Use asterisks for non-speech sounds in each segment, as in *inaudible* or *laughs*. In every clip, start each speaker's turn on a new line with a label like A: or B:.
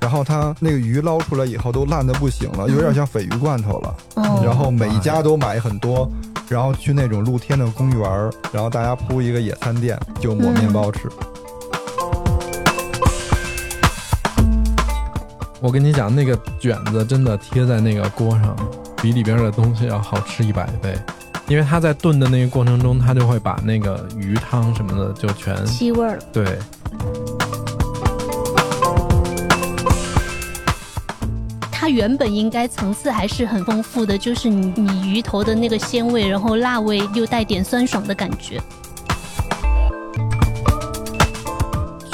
A: 然后它那个鱼捞出来以后都烂的不行了，有点像鲱鱼罐头了。
B: 嗯哦
A: 然后每一家都买很多，然后去那种露天的公园儿，然后大家铺一个野餐垫，就抹面包吃。
C: 我跟你讲，那个卷子真的贴在那个锅上，比里边的东西要好吃一百倍。因为它在炖的那个过程中，它就会把那个鱼汤什么的就全
B: 吸味儿了。
C: 对。
B: 它原本应该层次还是很丰富的，就是你你鱼头的那个鲜味，然后辣味又带点酸爽的感觉。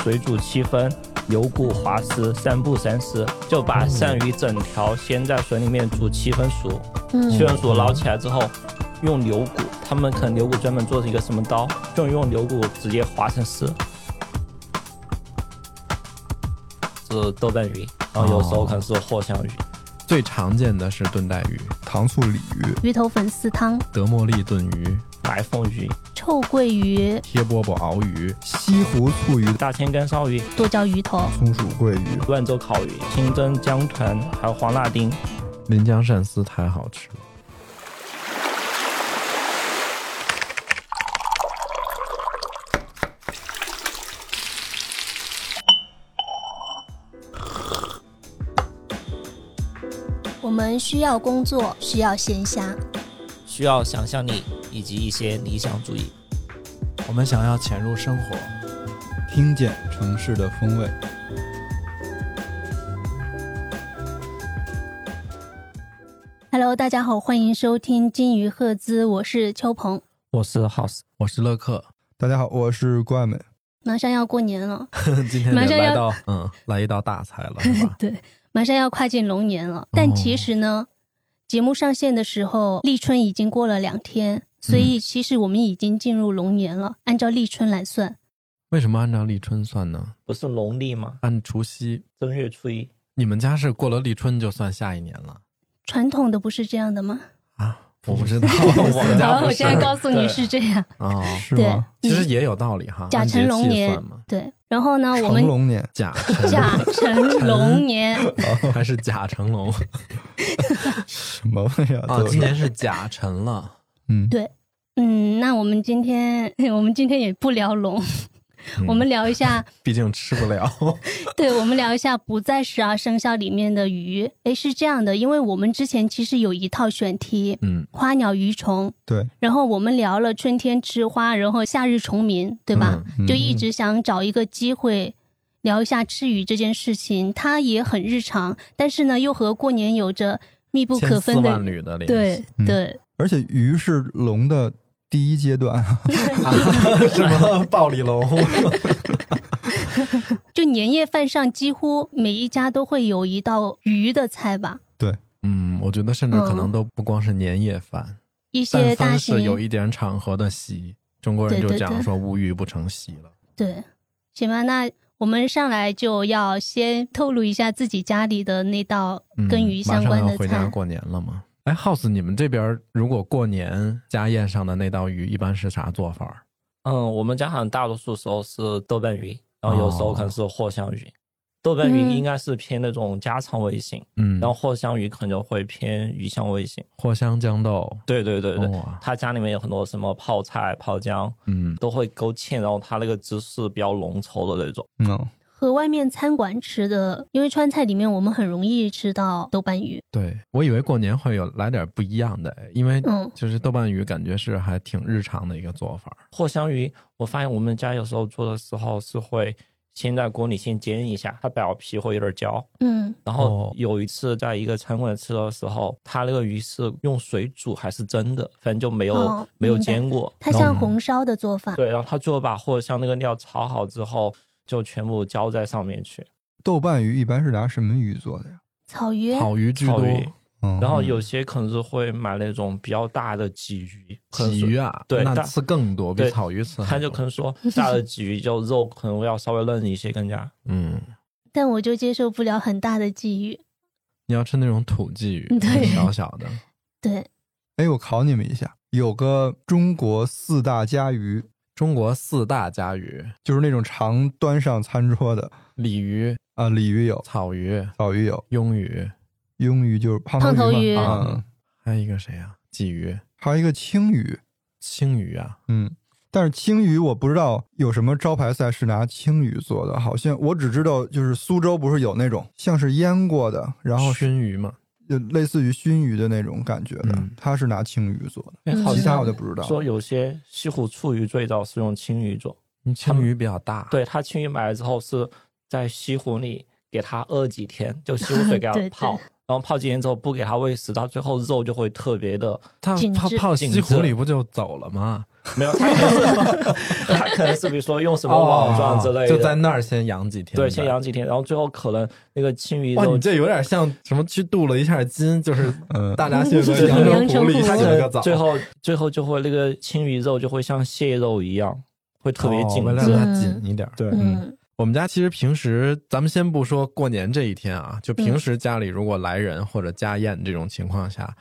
D: 水煮七分，油固滑丝，三不三丝，就把鳝鱼整条先在水里面煮七分熟，七
B: 嗯，
D: 分熟捞起来之后，用牛骨，他们可能牛骨专门做成一个什么刀，就用牛骨直接划成丝。是豆瓣鱼，然后有时候可能是藿香鱼，
C: 最常见的是炖带鱼、
A: 糖醋鲤鱼，
B: 鱼头粉丝汤、
C: 德莫利炖鱼、
D: 白凤鱼、
B: 臭鳜鱼、
C: 贴饽饽熬鱼、
A: 西湖醋鱼、
D: 大千根烧鱼、
B: 剁椒鱼头。
A: 松鼠桂鱼。
D: 万州烤鱼、清蒸江豚，还有黄辣丁。
C: 临江鳝丝太好吃了。
B: 我们需要工作，需要闲暇。
D: 需要想象力以及一些理想主义。
E: 我们想要潜入生活，
F: 听见城市的风味。
B: Hello，大家好，欢迎收听金鱼赫兹，我是秋鹏。
D: 我是 House，
C: 我是乐 *laughs* 克，
A: 大家好，我是怪美。
B: 马上要过年了，
C: 今天
B: 马
C: 也
B: 上要？
C: 来到嗯，来一道大菜 *laughs* 了，是吧
B: 对，马上要跨进龙年了。
C: 哦
B: 但其实呢，节目上线的时候，立春已经过了两天，所
C: 嗯
B: 以其实我们已经进入龙年了。按照立春来算，
C: 为什么按照立春算呢？
D: 不是农历吗？
C: 按除夕，
D: 正月初一，
C: 你们家是过了立春就算下一年了
B: 传统的不是这样的吗？
C: 啊？我不知道， *laughs* 我
B: *laughs* 好，
C: 们家
B: 我
C: 不是
B: 现在告诉你
D: 对
B: 是这样。
C: 哦，
A: 是
B: 对
A: 吗？，
C: 其实
B: 你
C: 也有道理哈，
B: 甲
C: 按节
B: 辰龙
C: 气
B: 年
C: 算嘛，
B: 对。然后呢，啊我
A: 成
B: 们
A: 龙年，
C: 甲 *laughs*
B: 甲辰龙年，
C: 还是甲辰
D: *laughs*
C: 龙
D: 啊
A: 什么玩意儿？
C: 啊？
B: 哦
A: 都
C: 今年是甲辰了，
A: 嗯，
B: 对，嗯，那我们今天 *laughs* 我们今天也不聊龙，
C: 嗯
B: 我们聊一下，
C: 毕竟吃不
B: *laughs*
C: 了。
B: 对，我们聊一下不在十二生肖里面的鱼。诶，是这样的，因为我们之前其实有一套选题，
C: 嗯，
B: 花鸟鱼虫，
A: 对，
B: 然后我们聊了春天吃花，然后夏日虫鸣，对吧？
A: 嗯
B: 就一直想找一个机会聊一下吃鱼这件事情，它也很日常，但是呢，又和过年有着密不可
C: 千丝
B: 分
C: 万
B: 的。
C: 缕的联
B: 对
C: 系，
A: 嗯
B: 对，
A: 而且鱼是龙的第一阶段，
C: 啊，什
B: *laughs*
C: 么 *laughs* 暴力龙？
B: 就年夜饭上几乎每一家都会有一道鱼的菜吧，
C: 嗯，我觉得甚至可能都不光是年夜饭，
B: 一
C: 但
B: 些大
C: 凡
B: 型
C: 是有一点场合的席，中国人
B: 对
C: 就
B: 对
C: 讲
B: 对
C: 说无鱼不成席了。
B: 对，行吧，那我们上来就要先透露一下自己家里的那道
C: 嗯
B: 跟鱼相关
C: 马上
B: 的
C: 要回
B: 菜。
C: 家过年了嘛。哎，House，你们这边如果过年家宴上的那道鱼一般是啥做法儿？
D: 嗯，我们家好像大多数时候是豆瓣鱼，然后有时候
C: 哦
D: 可能是藿香鱼。豆瓣鱼
B: 嗯
D: 应该是偏那种家常味型，
C: 嗯，
D: 然后藿香鱼可能就会偏鱼香味型。
C: 藿香豇豆，
D: 对对对对，
C: 哇，
D: 他家里面有很多什么泡菜、泡姜
C: 嗯，
D: 都会勾芡，然后它那个汁是比较浓稠的那种。
A: 嗯，
B: 和外面餐馆吃的，因为川菜里面我们很容易吃到豆瓣鱼，
C: 对，我以为过年会有来点不一样的，因为
B: 嗯
C: 就是豆瓣鱼感觉是还挺日常的一个做法儿。
D: 藿香鱼，我发现我们家有时候做的时候是会先在锅里先煎一下，它表皮会有点焦。
B: 嗯，
D: 然
A: 哦
D: 后有一次在一个餐馆吃的时候，它那个鱼是用水煮还是蒸的，反正就没有、
B: 哦
D: 没有
B: 明白
D: 煎过。
B: 它
C: 然后
B: 像红烧的做法，
D: 对，然后他最后把藿香那个料炒好之后，就全部浇在上面去。
A: 豆瓣鱼一般是拿什么鱼做的呀？
B: 草鱼，
C: 草鱼居
D: 草
C: 多，
D: 鱼
A: 嗯，
D: 然后有些可能是会买那种比较大的鲫鱼，可能
C: 鲫
D: 是
C: 鱼啊，
D: 对
C: 那
D: 但
C: 刺更多，比
D: 对
C: 草鱼刺还
D: 他就
C: 多
D: 可
B: *laughs*
D: 能说大的鲫鱼就肉可能要稍微嫩一些，更加。
C: 嗯，
B: 但我就接受不了很大的鲫鱼。
C: 你要吃那种土鲫鱼，
B: *laughs* 对
C: 小小的，
B: 对，
A: 哎，我考你们一下，有个中国四大家鱼，
C: 中国四大家鱼，
A: 就是那种常端上餐桌的，
C: 鲤鱼、
A: 啊，鲤鱼有，
C: 草鱼、
A: 草鱼有，
C: 鳙鱼，
A: 鳙鱼就是胖
B: 胖头
A: 头
B: 鱼
A: 嘛
C: 嗯
A: 啊，
C: 还有一个谁呀、鲫鱼、
A: 还有一个青鱼，
C: 青鱼啊，
A: 嗯，但是青鱼我不知道有什么招牌菜是拿青鱼做的，好像我只知道就是苏州不是有那种像是腌过的，然后是
C: 熏鱼嘛，
A: 就类似于熏鱼的那种感觉的，
C: 嗯
A: 它是拿青鱼做的，
D: 哎
B: 嗯
D: 好
A: 其他我
D: 像
A: 就不知道。
D: 说有些西湖醋鱼最早是用青鱼做，
C: 青鱼比较大，
D: 对它青鱼买了之后是在西湖里给它饿几天，就西湖
B: *laughs*
D: 水给它
B: 对对
D: 泡，然后泡几天之后不给它喂食，它最后肉就会特别 *laughs* 的
C: 它
B: 紧
C: 泡
B: 致
C: 泡
D: 紧
C: 西湖
D: 致
C: 里不就走了吗？
D: 没有，它可能是它可能是比如说用什么网状之类的，
C: 哦就在那儿先养几天，
D: 对先。养几天，然后最后可能那个青鱼
C: 哇，
D: 肉
C: 你这有点像什么去镀了一下金，就是
A: 嗯
C: 大闸蟹和
B: 嗯
C: 阳
B: 阳澄 *laughs*
C: 澄湖里
B: 湖
C: 洗
D: 它
B: 它
D: 可
C: 了个
D: 能
C: 澡，
D: 最后最后就会那个青鱼肉就会像蟹肉一样，会特别
C: 哦
D: 紧
C: 为了
D: 致。
C: 让它紧一点。
A: 对
B: 嗯
C: 我们家其实平时，咱们先不说过年这一天啊，就
B: 嗯
C: 平时家里如果来人或者家宴这种情况下，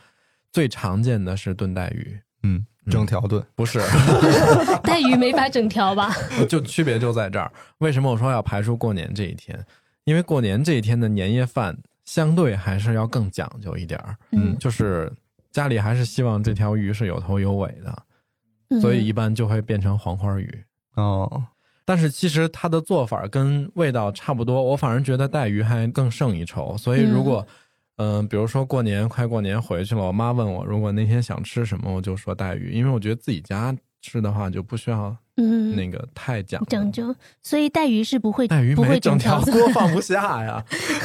C: 最常见的是炖带鱼，
A: 嗯，整条炖，
C: 不是？ *laughs*
B: 嗯带鱼没法整条吧？
C: 就区别就在这儿。为什么我说要排除过年这一天？因为过年这一天的年夜饭相对还是要更讲究一点儿，
B: 嗯，
C: 就是家里还是希望这条鱼是有头有尾的，
B: 嗯
C: *laughs* 所以一般就会变成黄花鱼。
A: 哦，
C: 但是其实它的做法跟味道差不多，我反而觉得带鱼还更胜一筹。所以如果，嗯、比如说过年快过年回去了，我妈问我如果那天想吃什么，我就说带鱼，因为我觉得自己家吃的话就不需要
B: 嗯
C: 那个太讲究。
B: 讲究，所以带鱼是不会
C: 带鱼
B: 不
C: 没
B: 会
C: 整
B: 整
C: 条
B: 的。
C: 锅放不下呀，
B: *laughs*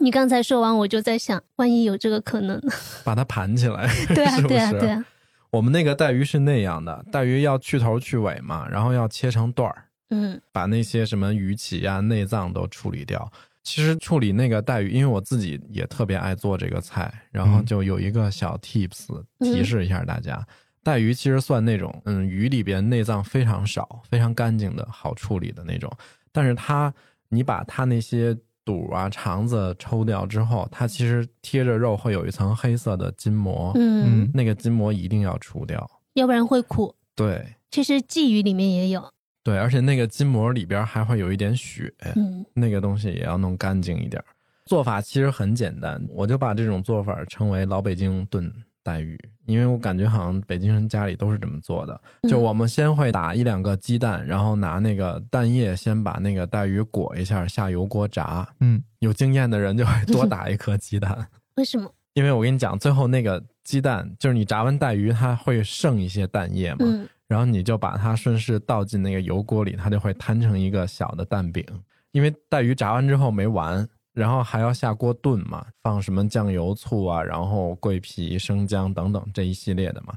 B: 你刚才说完，我就在想，万一有这个可
C: *laughs*
B: 能呢？
C: 把它盘起来。
B: *laughs* 对啊
C: *laughs* 是，不
B: 对啊，
C: 是
B: 对啊，
C: 我们那个带鱼是那样的，带鱼要去头去尾嘛，然后要切成段儿，
B: 嗯
C: 把那些什么鱼鳍啊、内脏都处理掉。其实处理那个带鱼，因为我自己也特别爱做这个菜，然后就有一个小 tips
B: 嗯
C: 提示一下大家：带鱼其实算那种，嗯，鱼里边内脏非常少、非常干净的好处理的那种，但是它，你把它那些肚啊、肠子抽掉之后，它其实贴着肉会有一层黑色的筋膜，
B: 嗯，
A: 嗯
C: 那个筋膜一定要除掉。
B: 要不然会苦。
C: 对
B: 其实鲫鱼里面也有，
C: 对，而且那个筋膜里边还会有一点血，
B: 嗯
C: 那个东西也要弄干净一点儿。做法其实很简单，我就把这种做法称为老北京炖带鱼，因为我感觉好像北京人家里都是这么做的。就
B: 嗯
C: 我们先会打一两个鸡蛋，然后拿那个蛋液先把那个带鱼裹一下，下油锅炸。
A: 嗯，
C: 有经验的人就会多打一颗鸡蛋， *laughs*
B: 为什么？
C: 因为我跟你讲，最后那个鸡蛋就是你炸完带鱼，它会剩一些蛋液嘛，
B: 嗯
C: 然后你就把它顺势倒进那个油锅里，它就会摊成一个小的蛋饼。因为带鱼炸完之后没完，然后还要下锅炖嘛，放什么酱油、醋啊，然后桂皮、生姜等等这一系列的嘛，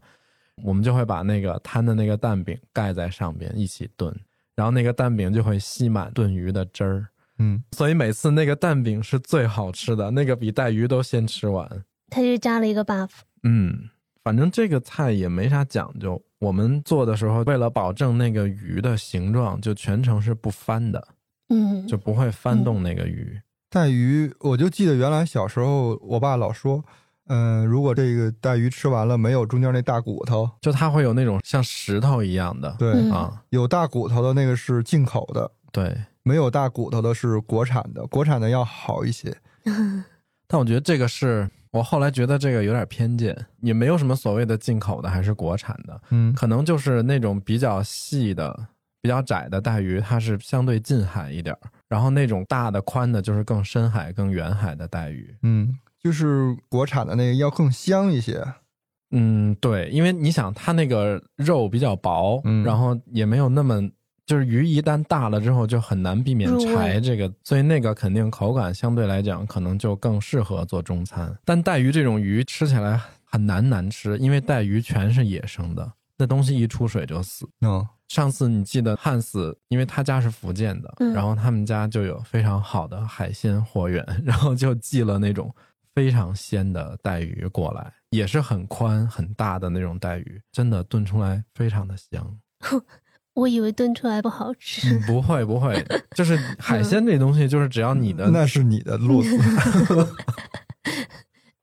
C: 我们就会把那个摊的那个蛋饼盖在上边一起炖，然后那个蛋饼就会吸满炖鱼的汁儿，
A: 嗯，
C: 所以每次那个蛋饼是最好吃的，那个比带鱼都先吃完。
B: 他就加了一个 buff。
C: 嗯，反正这个菜也没啥讲究。我们做的时候，为了保证那个鱼的形状，就全程是不翻的，
B: 嗯，
C: 就不会翻动那个鱼。
A: 带鱼，我就记得原来小时候我爸老说，嗯、如果这个带鱼吃完了没有中间那大骨头，
C: 就它会有那种像石头一样的，
A: 对，
B: 嗯
C: 啊，
A: 有大骨头的那个是进口的，
C: 对。
A: 没有大骨头的是国产的，国产的要好一些。
C: 但我觉得这个是我后来觉得这个有点偏见，也没有什么所谓的进口的还是国产的，
A: 嗯
C: 可能就是那种比较细的、比较窄的带鱼，它是相对近海一点儿，然后那种大的、宽的，就是更深海、更远海的带鱼。
A: 嗯，就是国产的那个要更香一些。
C: 嗯，对，因为你想，它那个肉比较薄，
A: 嗯
C: 然后也没有那么，就是鱼一旦大了之后就很难避免
B: 入味
C: 柴这个，所以那个肯定口感相对来讲可能就更适合做中餐。但带鱼这种鱼吃起来很难难吃，因为带鱼全是野生的，那东西一出水就死。
A: 嗯
C: 上次你记得汉斯，因为他家是福建的，
B: 嗯
C: 然后他们家就有非常好的海鲜货源， *laughs* 然后就寄了那种非常鲜的带鱼过来，也是很宽很大的那种带鱼，真的炖出来非常的香。
B: 我以为炖出来不好吃。
C: 不会不会，就是海鲜这东西，就是只要你的
A: 嗯那是你的路子。
B: *laughs*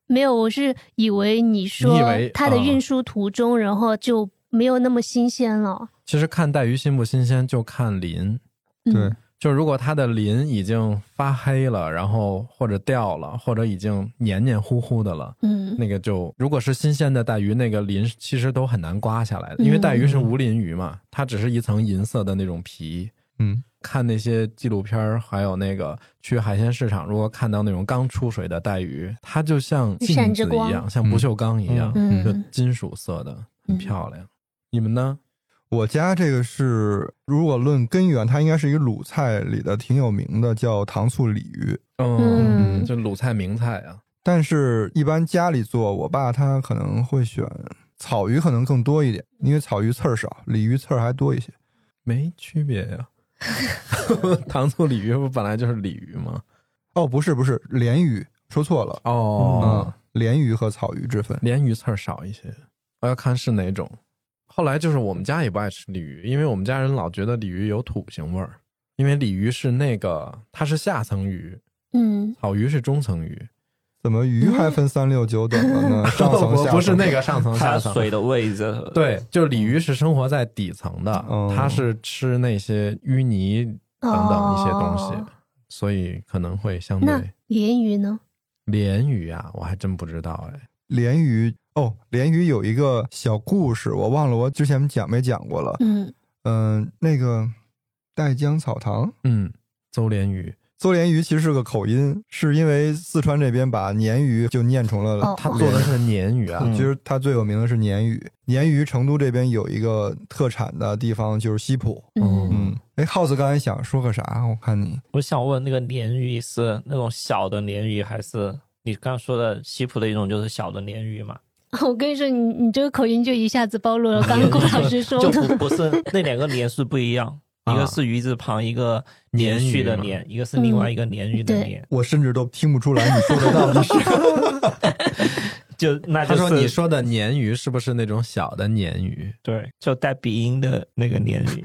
B: 没有，我是以为你说
C: 你以为
B: 它的
C: 啊
B: 运输途中，然后就没有那么新鲜了。
C: 其实看带鱼新不新鲜就看鳞，
B: 嗯
A: 对，
C: 就如果它的鳞已经发黑了，然后或者掉了，或者已经黏黏糊糊的了。
B: 嗯，
C: 那个就如果是新鲜的带鱼，那个鳞其实都很难刮下来的，因为带鱼是无鳞鱼嘛，它只是一层银色的那种皮。
A: 嗯，
C: 看那些纪录片儿，还有那个去海鲜市场，如果看到那种刚出水的带鱼，它就像
B: 一闪
C: 镜
B: 之
C: 子一
B: 光
C: 样，像不锈钢一样，
B: 嗯嗯
C: 就金属色的，很
B: 嗯
C: 漂亮。你们呢？
A: 我家这个是，如果论根源，它应该是一个鲁菜里的挺有名的，叫糖醋鲤鱼。
C: 哦
B: 嗯
C: 就鲁菜名菜啊，
A: 但是，一般家里做，我爸他可能会选草鱼，可能更多一点，因为草鱼刺儿少，鲤鱼刺儿还多一些。
C: 没区别呀、 *laughs* 糖醋鲤鱼不本来就是鲤鱼吗？
A: 哦，不是不是，鲢鱼，说错了，
C: 哦，
A: 嗯，鲢鱼和草鱼之分。
C: 鲢鱼刺儿少一些，我要看是哪种。后来就是我们家也不爱吃鲤鱼，因为我们家人老觉得鲤鱼有土腥味儿，因为鲤鱼是那个它是下层鱼，
B: 嗯，
C: 草鱼是中层 *laughs* 鱼，
A: 怎么鱼还分三六九等了
C: *laughs*
A: 呢？上层
C: 不
A: 下
C: 不是
A: 层
C: 那个上层
D: 它
C: 下层。
D: 水的位置，
C: 对，就是鲤鱼是生活在底层的，
A: 嗯
C: 它是吃那些淤泥等等一些东西，
B: 哦
C: 所以可能会相
B: 那
C: 对
B: 鲢鱼呢？
C: 鲢鱼啊，我还真不知道哎。
A: 鲢鱼哦，鲢鱼有一个小故事，我忘了我之前讲没讲过了。
B: 嗯
A: 嗯，那个代江草堂
C: 嗯，邹鲢鱼，
A: 邹鲢鱼其实是个口音，是因为四川这边把鲶鱼就念成了
B: 哦
C: 它做的是鲶鱼啊，
B: 嗯
A: 其实它最有名的是鲶鱼。鲶鱼成都这边有一个特产的地方就是西浦。
B: 嗯
C: 哦
A: 嗯，哎，House 刚才想说个啥？我看你
D: 我想问那个鲶鱼是那种小的鲶鱼，还是你刚说的西普的一种就是小的鲶鱼嘛？
B: *laughs* 我跟你说，你你这个口音就一下子暴露了刚刚顾老师说
D: 就
B: 的。
D: 不不是那两个鲶是不
C: *laughs*
D: 一样，一
C: 啊
D: 个是鱼字旁，一个连续的
C: 鲶鱼
D: 鲶，一个是另外一个鲶鱼的
B: 嗯
D: 鲶。
A: 我甚至都听不出来你说的到底
B: *laughs*
A: 是。
D: 就那
C: 他
D: 就是
C: 说你说的鲶鱼是不是那种小的鲶鱼？
D: 对，就带鼻音的那个鲶
B: *laughs*
D: 鱼。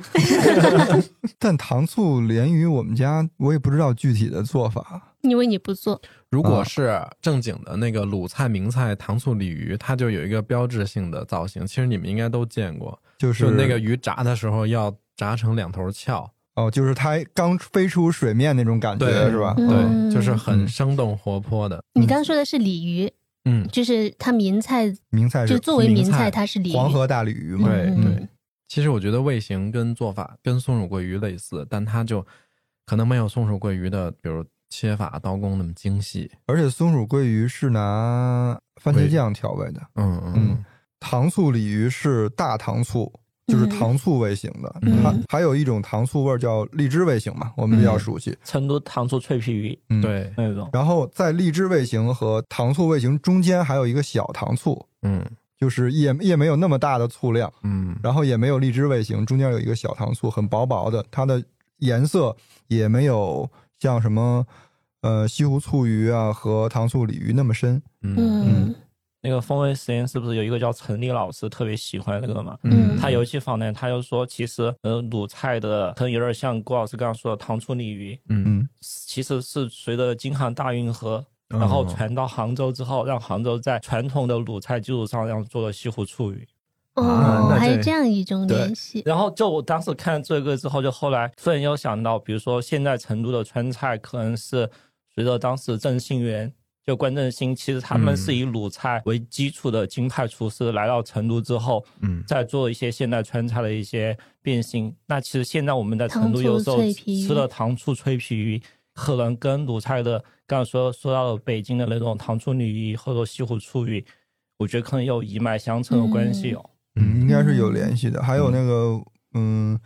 A: 但糖醋鲢鱼，我们家我也不知道具体的做法。
B: *laughs* 因为你不做，
C: 如果是正经的那个鲁菜名菜糖醋鲤鱼，它就有一个标志性的造型，其实你们应该都见过，
A: 就是
C: 就那个鱼炸的时候要炸成两头翘，
A: 哦，就是它刚飞出水面那种感觉
C: 对
A: 是吧？
B: 嗯
C: 对，就是很生动活泼的。
B: 你刚刚说的是鲤鱼，
C: 嗯，
B: 就是它名菜，
A: 名菜
B: 就是作为
C: 名
B: 名
C: 菜
B: 它是鲤鱼。
A: 黄河大鲤鱼嘛。
C: 对
B: 嗯
C: 对。其实我觉得味型跟做法跟松鼠桂鱼类似，但它就可能没有松鼠桂鱼的，比如切法、刀工那么精细。
A: 而且松鼠桂鱼是拿番茄酱调味的，
C: 嗯
A: 嗯糖醋鲤鱼是大糖醋，就是糖醋味型的。
C: 嗯
A: 它还有一种糖醋味儿叫荔枝味型嘛，我们比较熟悉。
D: 成都糖醋脆皮鱼
A: 嗯，
C: 对，
D: 那种，
A: 然后在荔枝味型和糖醋味型中间还有一个小糖醋，
C: 嗯
A: 就是也也没有那么大的醋量。
C: 嗯
A: 然后也没有荔枝味型，中间有一个小糖醋，很薄薄的，它的颜色也没有像什么呃西湖醋鱼啊和糖醋鲤鱼那么深。
C: 嗯
B: 嗯
D: 那个风味实验是不是有一个叫陈丽老师特别喜欢那个嘛？
B: 嗯
D: 他有一期访谈，他就说，其实呃，鲁菜的可能有点像郭老师刚刚说的糖醋鲤鱼，
C: 嗯
A: 嗯，
D: 其实是随着京杭大运河，然后
C: 哦
D: 传到杭州之后，让杭州在传统的鲁菜基础上，让做了西湖醋鱼。
A: 啊
B: 哦，
A: 那
B: 还有
C: 这
B: 这样一种联系。
D: 然后就我当时看这个之后，就后来突然又想到，比如说现在成都的川菜，可能是随着当时郑信元。就关正兴，其实他们
C: 嗯
D: 是以鲁菜为基础的京派厨师来到成都之后，
C: 嗯
D: 再做一些现代川菜的一些变形。那其实现在我们在成
B: 糖醋
D: 都有时候
B: 脆皮鱼
D: 吃的糖醋脆皮鱼，可能跟鲁菜的刚刚说说到的北京的那种糖醋鲤鱼或者西湖醋鱼，我觉得可能有一脉相承的关系哦。
A: 嗯，应该是有联系的。还有那个嗯，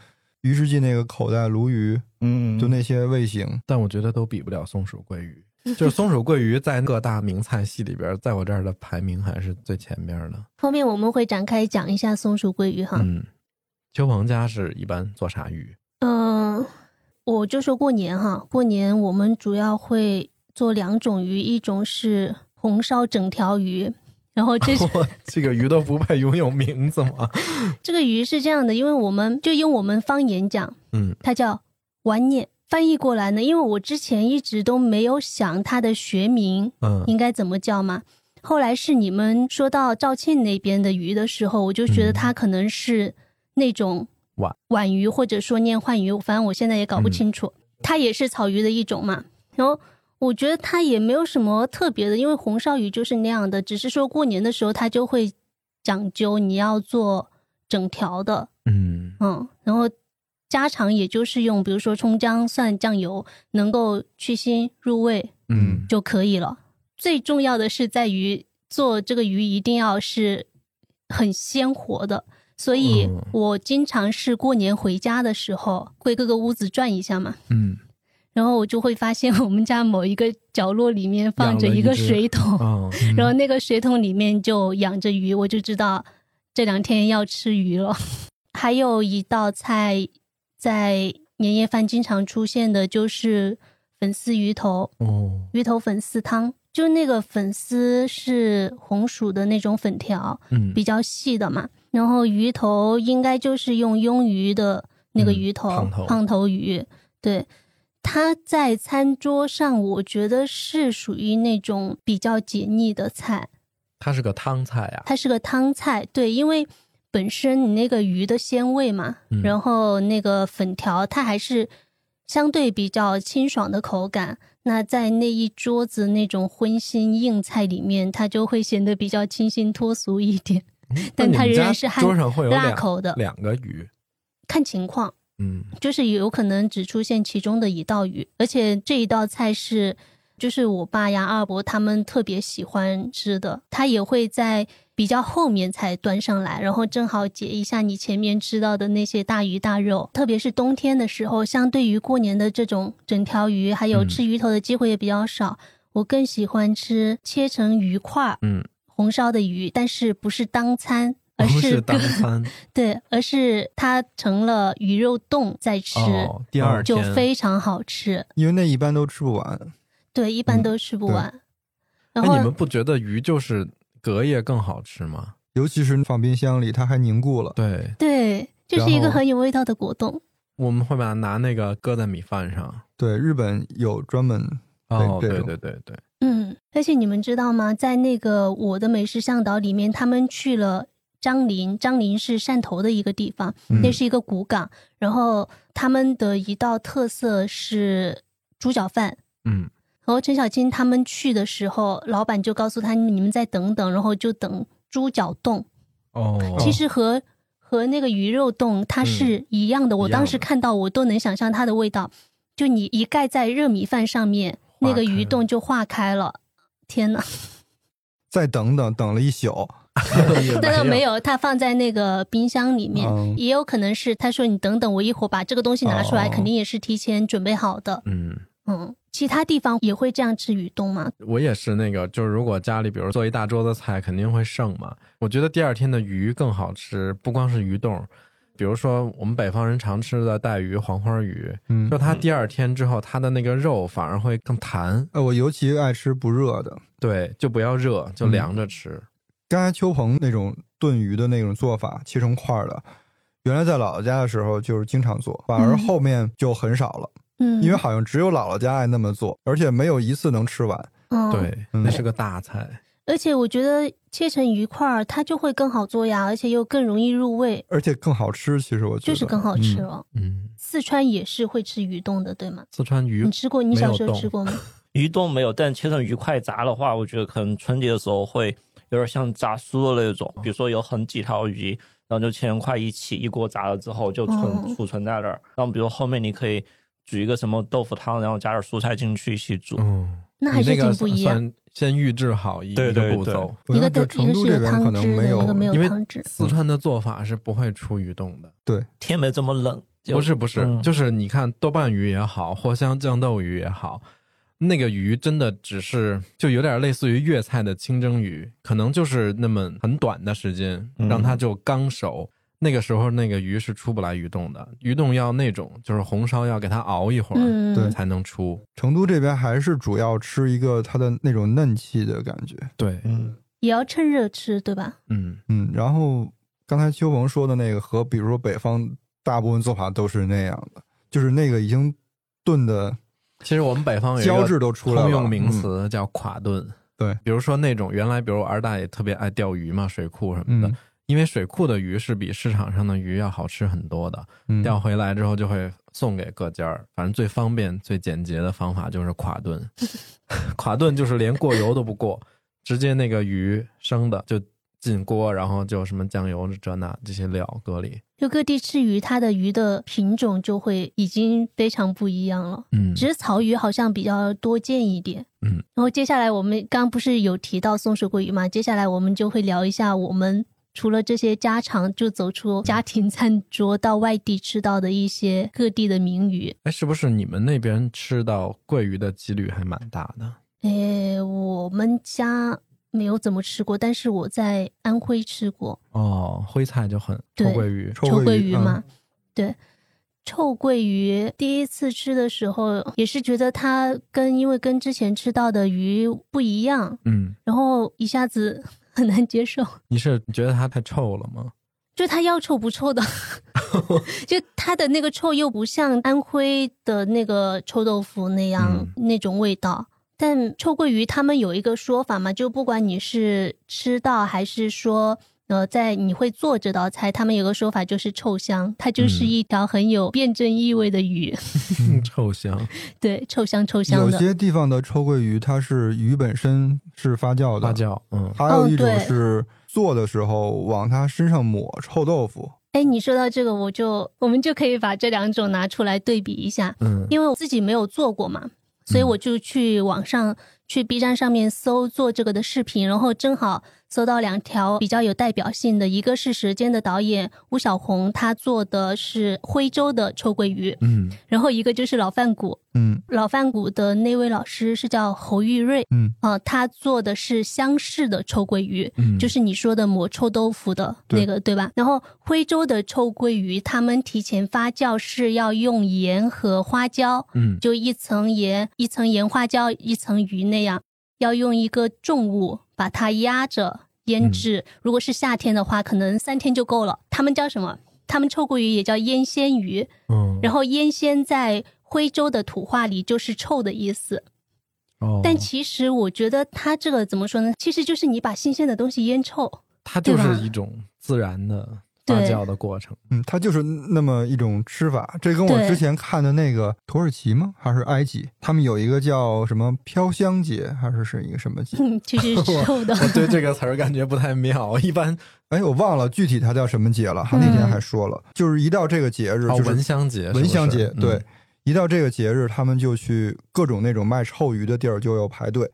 A: 于世记那个口袋鲈鱼，
D: 嗯
A: 就那些味型，
C: 但我觉得都比不了松鼠桂鱼。就是松鼠桂鱼在各大名菜系里边，在我这儿的排名还是最前面的。
B: 后面我们会展开讲一下松鼠桂鱼哈。
C: 嗯，邱鹏家是一般做啥鱼？
B: 嗯，我就说过年哈，过年我们主要会做两种鱼，一种是红烧整条鱼，然后这是
C: *laughs* 我这个鱼都不配拥有名字吗？
B: *laughs* 这个鱼是这样的，因为我们就用我们方言讲，
C: 嗯
B: 它叫丸念。翻译过来呢，因为我之前一直都没有想它的学名
C: 嗯
B: 应该怎么叫嘛。后来是你们说到肇庆那边的鱼的时候，我就觉得它可能是那种
C: 皖
B: 皖鱼，或者说念幻鱼，反正我现在也搞不清楚。它也是草鱼的一种嘛。然后我觉得它也没有什么特别的，因为红烧鱼就是那样的，只是说过年的时候它就会讲究你要做整条的，
C: 嗯
B: 嗯，然后家常也就是用比如说葱姜蒜酱油，能够去腥入味
C: 嗯
B: 就可以了。最重要的是在于做这个鱼一定要是很鲜活的，所以
C: 嗯
B: 我经常是过年回家的时候会各个屋子转一下嘛，
C: 嗯
B: 然后我就会发现我们家某一个角落里面放着
C: 养了
B: 一
C: 一
B: 个
C: 只
B: 水
C: *laughs*
B: 桶，
C: 哦，
B: 然后那个水桶里面就养着鱼，我就知道这两天要吃鱼了。还有一道菜在年夜饭经常出现的就是粉丝鱼头，
C: 哦
B: 鱼头粉丝汤，就那个粉丝是红薯的那种粉条，
C: 嗯
B: 比较细的嘛。然后鱼头应该就是用鳙鱼的那个
C: 嗯
B: 鱼头，
C: 胖头
B: 鱼，对。它在餐桌上，我觉得是属于那种比较解腻的菜，
C: 它是个汤菜啊呀，
B: 它是个汤菜，对，因为本身你那个鱼的鲜味嘛，
C: 嗯
B: 然后那个粉条它还是相对比较清爽的口感，那在那一桌子那种荤腥硬菜里面，它就会显得比较清新脱俗一点，但
C: 嗯那
B: 它
C: 你们
B: 仍然
C: 家
B: 是汉
C: 桌上会有
B: 辣
C: 两
B: 口的，
C: 两个鱼，
B: 看情况，
C: 嗯
B: 就是有可能只出现其中的一道鱼，而且这一道菜是就是我爸呀、二伯他们特别喜欢吃的，他也会在比较后面才端上来，然后正好解一下你前面吃到的那些大鱼大肉。特别是冬天的时候，相对于过年的这种整条鱼，还有
C: 嗯
B: 吃鱼头的机会也比较少，我更喜欢吃切成鱼块儿
C: 嗯，
B: 红烧的鱼，但是不是当餐。而
C: 不是
B: 跟
C: 当餐
B: 对，而是它成了鱼肉冻再吃，
C: 哦，第二
B: 就
C: 天
B: 非常好吃。
A: 因为那一般都吃不完。
B: 对，一般都吃不
A: 对
B: 完。然
C: 嗯哎那你
B: 后
C: 们不觉得鱼就是隔夜更好吃吗？
A: 尤其是放冰箱里，它还凝固了。
C: 对，
B: 对，就是一个
A: 然后
B: 很有味道的果冻。
C: 我们会把它拿那个搁在米饭上。
A: 对，日本有专门
C: 哦，
A: 对
C: 对
A: 这
C: 对对对，
B: 嗯，而且你们知道吗？在那个《我的美食向导》里面，他们去了张林，张林是汕头的一个地方，
C: 嗯
B: 那是一个古港。然后他们的一道特色是猪脚饭。
C: 嗯
B: 然后陈小青他们去的时候，老板就告诉他：“你们再等等。”然后就等猪脚冻。
C: 哦 *laughs*
B: 其实和和那个鱼肉冻它是一样的。我
C: 一样
B: 当时
C: 的
B: 看到，我都能想象它的味道。就你一盖在热米饭上面，那
C: 化
B: 个
C: 开
B: 鱼
C: 了
B: 冻就化开了。天哪！
A: 再等等，等了一宿。
B: 当然没有，它放在那个冰箱里面，
A: 嗯
B: 也有可能是他说你等等我一会儿把这个东西拿出来，
A: 哦
B: 肯定也是提前准备好的。
C: 嗯，
B: 嗯，其他地方也会这样吃鱼冻吗？
C: 我也是那个，就是如果家里比如做一大桌子菜，肯定会剩嘛。我觉得第二天的鱼更好吃，不光是鱼冻，比如说我们北方人常吃的带鱼、黄花鱼，
A: 嗯
C: 就，它第二天之后，它的那个肉反而会更弹，
A: 呃，我尤其爱吃不热的。
C: 对，就不要热，就凉着吃。
A: 刚才秋鹏那种炖鱼的那种做法，切成块儿的，原来在姥姥家的时候就是经常做，反而
B: 嗯
A: 后面就很少了，
B: 嗯，
A: 因为好像只有姥姥家爱那么做，而且没有一次能吃完。
B: 嗯，
C: 对，
A: 嗯
C: 那是个大菜。
B: 而且我觉得切成鱼块儿，它就会更好做呀，而且又更容易入味，
A: 而且更好吃，其实我觉得
B: 就是更好吃
A: 嗯
B: 了。
C: 嗯，
B: 四川也是会吃鱼冻的，对吗？
C: 四川鱼
B: 你吃过？你
C: 没有
B: 小时候
C: 冻
B: 吃过吗？
D: 鱼冻没有，但切成鱼块炸的话，我觉得可能春节的时候会有点像炸酥的那种，比如说有很几条鱼，然后就切成块一起一锅炸了之后就
B: 嗯
D: 存储存在那儿。然后比如后面你可以煮一个什么豆腐汤，然后加点蔬菜进去一起煮。
C: 嗯，
B: 那还是
C: 你那
B: 挺
C: 个
B: 不一样。
C: 算先预制好一
D: 对
C: 一个
D: 对
C: 步
D: 对
C: 骤，
A: 我
B: 一
A: 觉
B: 个
A: 得
B: 的
A: 成
B: 一个
A: 都
B: 是
A: 这边可
B: 汤
A: 能
B: 汁
A: 没
B: 的，一个没有
C: 因为
B: 汤汁。
C: 四川的做法是不会出鱼冻的。
D: 天没这么冷，就
C: 不是不是，
D: 嗯
C: 就是你看豆瓣鱼也好，藿香酱豆鱼也好，那个鱼真的只是就有点类似于粤菜的清蒸鱼，可能就是那么很短的时间，
D: 嗯
C: 让它就刚熟。那个时候那个鱼是出不来鱼冻的，鱼冻要那种就是红烧要给它熬一会儿、
B: 嗯，
A: 对
C: 才能出。
A: 成都这边还是主要吃一个它的那种嫩气的感觉。
C: 对，
D: 嗯，
B: 也要趁热吃，对吧？
C: 嗯，
A: 嗯，然后刚才秋鹏说的那个和比如说北方大部分做法都是那样的，就是那个已经炖的
C: 其实我们北方有一个
A: 胶质都出来了，
C: 通用名
A: 嗯
C: 词叫垮炖。
A: 对
C: 比如说那种原来，比如我二大爷特别爱钓鱼嘛，水库什么的，
A: 嗯
C: 因因为水库的鱼是比市场上的鱼要好吃很多的，
A: 嗯
C: 钓回来之后就会送给各家儿。反正最方便、最简洁的方法就是垮炖， *laughs* 垮炖就是连过油都不过， *laughs* 直接那个鱼生的就进锅，然后就什么酱油这那这些料搁里。
B: 就各地吃鱼，它的鱼的品种就会已经非常不一样了。
C: 嗯
B: 只是草鱼好像比较多见一点。
C: 嗯，
B: 然后接下来我们刚不是有提到松水桂鱼嘛？接下来我们就会聊一下我们除了这些家常，就走出家庭餐桌到外地吃到的一些各地的名鱼。
C: 哎，是不是你们那边吃到桂鱼的几率还蛮大的？
B: 诶，我们家没有怎么吃过，但是我在安徽吃过
C: 哦，徽菜就很
B: 对
C: 臭鳜鱼，
A: 臭
B: 臭
A: 鳜
B: 鳜
A: 鱼啊
B: 鱼嘛。对，臭鳜鱼第一次吃的时候也是觉得它跟因为跟之前吃到的鱼不一样，
C: 嗯，
B: 然后一下子 *laughs* 很难接受。
C: 你是觉得它太臭了
B: *laughs*
C: 吗？
B: 就它要臭不臭的，就它的那个臭又不像安徽的那个臭豆腐那样、那种味道。但臭鳜鱼他们有一个说法嘛，就不管你是吃到还是说呃在你会做这道菜，他们有个说法就是臭香，它就是
C: 嗯
B: 一条很有辩证意味的鱼， *laughs*
C: 臭香，
B: 对，臭香臭香
A: 有
B: 的。
A: 些地方的臭鳜鱼，它是鱼本身是发酵的，
C: 辣椒，嗯，
A: 还有一种
B: 哦对
A: 是做的时候往它身上抹臭豆腐，
B: 哎，你说到这个，我就我们就可以把这两种拿出来对比一下。
C: 嗯，
B: 因为我自己没有做过嘛，所以我就去网上、去 B 站上面搜做这个的视频，然后正好搜到两条比较有代表性的，一个是《舌尖》的导演吴小红，他做的是徽州的臭鳜鱼，
C: 嗯
B: 然后一个就是老饭骨，
A: 嗯
B: 老饭骨的那位老师是叫侯玉瑞，
A: 嗯，
B: 啊、他做的是湘式的臭鳜鱼，
C: 嗯，
B: 就是你说的抹臭豆腐的那个，对吧？然后徽州的臭鳜鱼，他们提前发酵是要用盐和花椒，
C: 嗯
B: 就一层盐、一层盐花椒、一层鱼那样，要用一个重物把它压着腌
C: 嗯
B: 制。如果是夏天的话，可能三天就够了。他们叫什么？他们臭鳜鱼也叫腌鲜鱼，
C: 嗯，
B: 然后腌鲜在徽州的土话里就是臭的意思。
C: 哦
B: 但其实我觉得它这个怎么说呢？其实就是你把新鲜的东西腌臭。 *laughs*
C: 它就
B: 对吧
C: 是一种自然的发
B: 对
C: 酵的
B: *laughs*
C: 过程，
A: 嗯，它就是那么一种吃法。这跟我
B: 对
A: 之前看的那个土耳其吗？还是埃及？他们有一个叫什么飘香节，还是是一个什么节？
B: 嗯，就是臭的。
C: 我对这个词儿感觉不太妙，一般
A: 哎，我忘了具体它叫什么节了。哈，那天还说
B: 嗯
A: 了，就是一到这个节日，
C: 哦，
A: 就是
C: 蚊香节，
A: 蚊香
C: 是嗯
A: 节，
C: 不是
A: 对，，一到这个节日，他们就去各种那种卖臭鱼的地儿就要排队。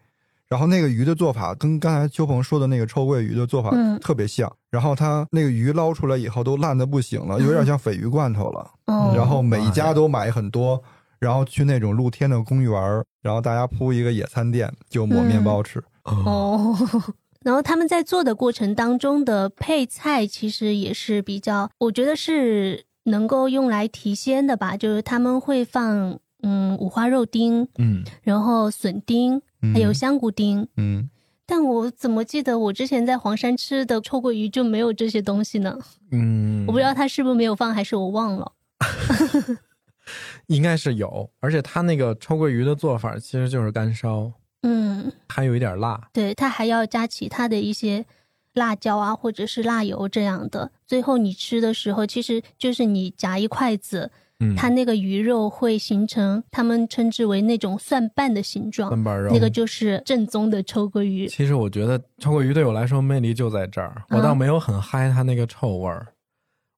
A: 然后那个鱼的做法跟刚才秋鹏说的那个臭鳜鱼的做法
B: 嗯
A: 特别像，然后它那个鱼捞出来以后都烂的不行了，有点像鲱鱼罐头了。
B: 哦，
A: 然后每
C: 妈
A: 一
C: 呀
A: 家都买很多，然后去那种露天的公园儿，然后大家铺一个野餐垫，就抹面包吃。
C: 嗯哦，
B: 哦， *laughs* 然后他们在做的过程当中的配菜，其实也是比较，我觉得是能够用来提鲜的吧，就是他们会放嗯五花肉丁，
C: 嗯，
B: 然后笋丁，
A: 嗯
B: 还有香菇丁。
A: 嗯，
B: 但我怎么记得我之前在黄山吃的臭鳜鱼就没有这些东西呢？
C: 嗯，
B: 我不知道他是不是没有放，还是我忘了。
C: 应该是有，而且它那个臭鳜鱼的做法其实就是干烧，
B: 嗯，
C: 还有一点辣，
B: 对，它还要加其他的一些辣椒啊，或者是辣油这样的。最后你吃的时候，其实就是你夹一筷子，
C: 嗯，
B: 它那个鱼肉会形成他们称之为那种蒜瓣的形状，
C: 三瓣肉
B: 那个就是正宗的臭鳜鱼。
C: 其实我觉得臭鳜鱼对我来说魅力就在这儿，
B: 啊
C: 我倒没有很嗨它那个臭味儿，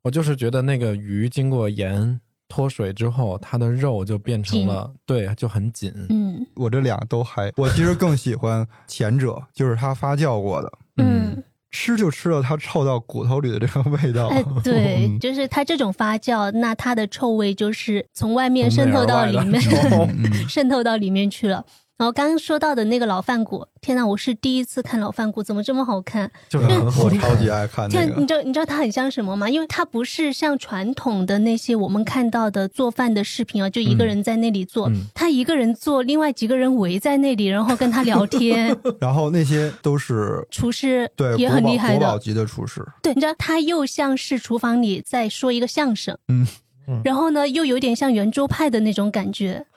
C: 我就是觉得那个鱼经过盐脱水之后，它的肉就变成了对，就很紧。
B: 嗯
A: 我这俩都还，我其实更喜欢前者， *laughs* 就是它发酵过的，
B: 嗯，
A: 吃就吃了它臭到骨头里的这个味道。
B: 哎，对，
A: *laughs* 嗯
B: 就是它这种发酵，那它的臭味就是从外面渗透到里面，*laughs*
C: *laughs* 从内而外的
B: 渗透到里面去了。然后刚刚说到的那个老饭骨，天呐，我是第一次看老饭骨，怎么这么好看？
C: 就
B: *laughs*
C: 是很
A: 嗯我
C: 好看
A: 超级爱看那
B: 像你
A: 个，
B: 知道你知道它很像什么吗？因为它不是像传统的那些我们看到的做饭的视频啊，就一个人在那里做，
C: 嗯
B: 他一个人做，另外几个人围在那里，然后跟他
A: *laughs*
B: 聊天。
A: 然后那些都是
B: 厨师
A: 对
B: 嗯也
A: 国
B: 很
A: 宝
B: 厉害
A: 国宝
B: 的，
A: 级的厨
B: *laughs*
A: 师，
B: 对，你知道他又像是厨房里在说一个相声，
A: 嗯
D: 嗯
B: 然后呢又有点像圆桌派的那种感觉，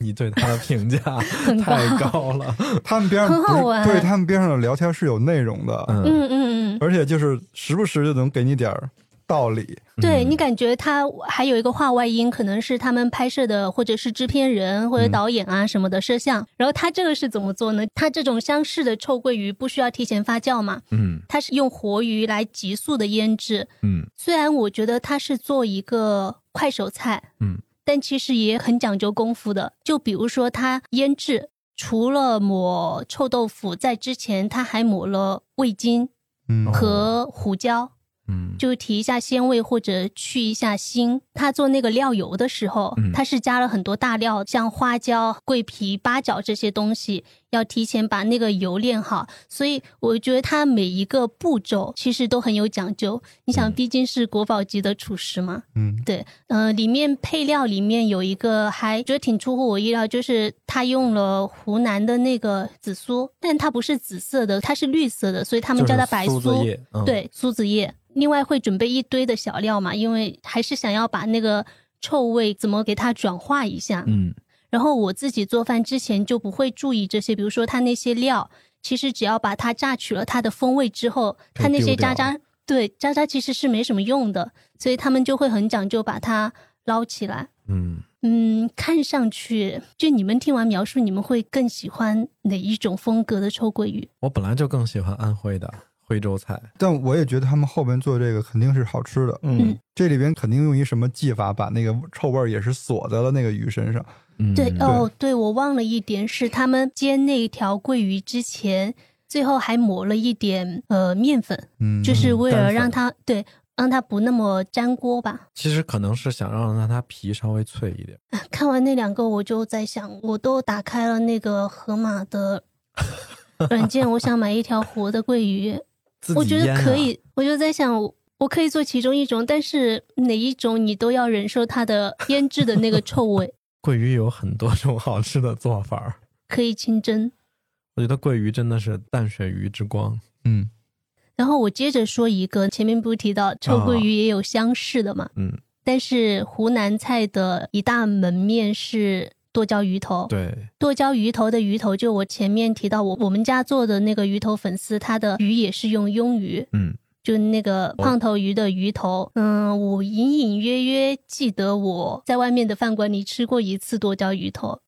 C: 你对它的评价
B: *laughs* 很
C: 太
B: 高。
C: 高了，
A: 他们边上
B: 很好
A: 不是
B: 玩
A: 对他们边上的聊天是有内容的，
C: 嗯
B: 嗯嗯嗯，
A: 而且就是时不时就能给你点儿道理。
B: 对
C: 嗯
B: 你感觉他还有一个话外音，可能是他们拍摄的，或者是制片人或
C: 嗯
B: 者导演啊什么的摄像。然后他这个是怎么做呢？他这种相似的臭鳜鱼不需要提前发酵嘛，
C: *laughs* 嗯
B: 它是用活鱼来急速的腌制。
C: 嗯
B: 虽然我觉得它是做一个快手菜，
C: 嗯，
B: 但其实也很讲究功夫的。就比如说它腌制，除了抹臭豆腐，在之前它还抹了味精
C: 哦
A: 嗯
B: 和胡椒。
C: 嗯，
B: 就提一下鲜味或者去一下腥。他做那个料油的时候
C: 嗯，
B: 他是加了很多大料，像花椒、桂皮、八角这些东西，要提前把那个油炼好。所以我觉得他每一个步骤其实都很有讲究。你
C: 嗯
B: 想，毕竟是国宝级的厨师嘛，
A: 嗯
B: 对，呃，里面配料里面有一个还觉得挺出乎我意料，就是他用了湖南的那个紫苏，但它不是紫色的，它是绿色的，所以他们叫它白
C: 就是
B: 苏。
C: 苏子叶，嗯，
B: 对，苏子叶。另外会准备一堆的小料嘛，因为还是想要把那个臭味怎么给它转化一下。
C: 嗯
B: 然后我自己做饭之前就不会注意这些，比如说它那些料，其实只要把它榨取了它的风味之后，
C: 可以
B: 它那些
C: 丢掉
B: 渣渣，对渣渣其实是没什么用的，所以他们就会很讲究把它捞起来。
C: 嗯，
B: 嗯，看上去就你们听完描述，你们会更喜欢哪一种风格的臭鳜鱼？
C: 我本来就更喜欢安徽的徽州菜，
A: 但我也觉得他们后边做这个肯定是好吃的。
D: 嗯，
A: 这里边肯定用一什么技法把那个臭味儿也是锁在了那个鱼身上。
C: 嗯，
B: 对哦，对我忘了一点是，他们煎那条鳜鱼之前，最后还抹了一点呃面粉，
A: 嗯，
B: 就是为
C: 干
B: 了
C: 粉
B: 让它对让它不那么粘锅吧。 *laughs*
C: 其实可能是想让让它皮稍微脆一点，
B: 看完那两个，我就在想，我都打开了那个盒马
C: *laughs*
B: 的软件，我想买一条活的鳜鱼，
C: *laughs* 自
B: 我
C: 己
B: 觉
C: 腌
B: 得
C: 啊
B: 可，以。我就在想，我我可以做其中一种，但是哪一种你都要忍受它的腌制的那个臭味，
C: 桂鱼有很多种好吃的做法儿， *laughs*
B: 可以清蒸。
C: 我觉得桂鱼真的是淡水鱼之光，
A: 嗯
B: 然后我接着说一个，前面不是提到臭鳜鱼也有相似的嘛？
C: 啊嗯，
B: 但是湖南菜的一大门面是剁椒鱼头。
C: 对，
B: 剁椒鱼头的鱼头，就我前面提到我我们家做的那个鱼头粉丝，它的鱼也是用鳙鱼，
C: 嗯
B: 就那个胖头鱼的鱼头。嗯，我隐隐约约记得我在外面的饭馆里吃过一次剁椒鱼头，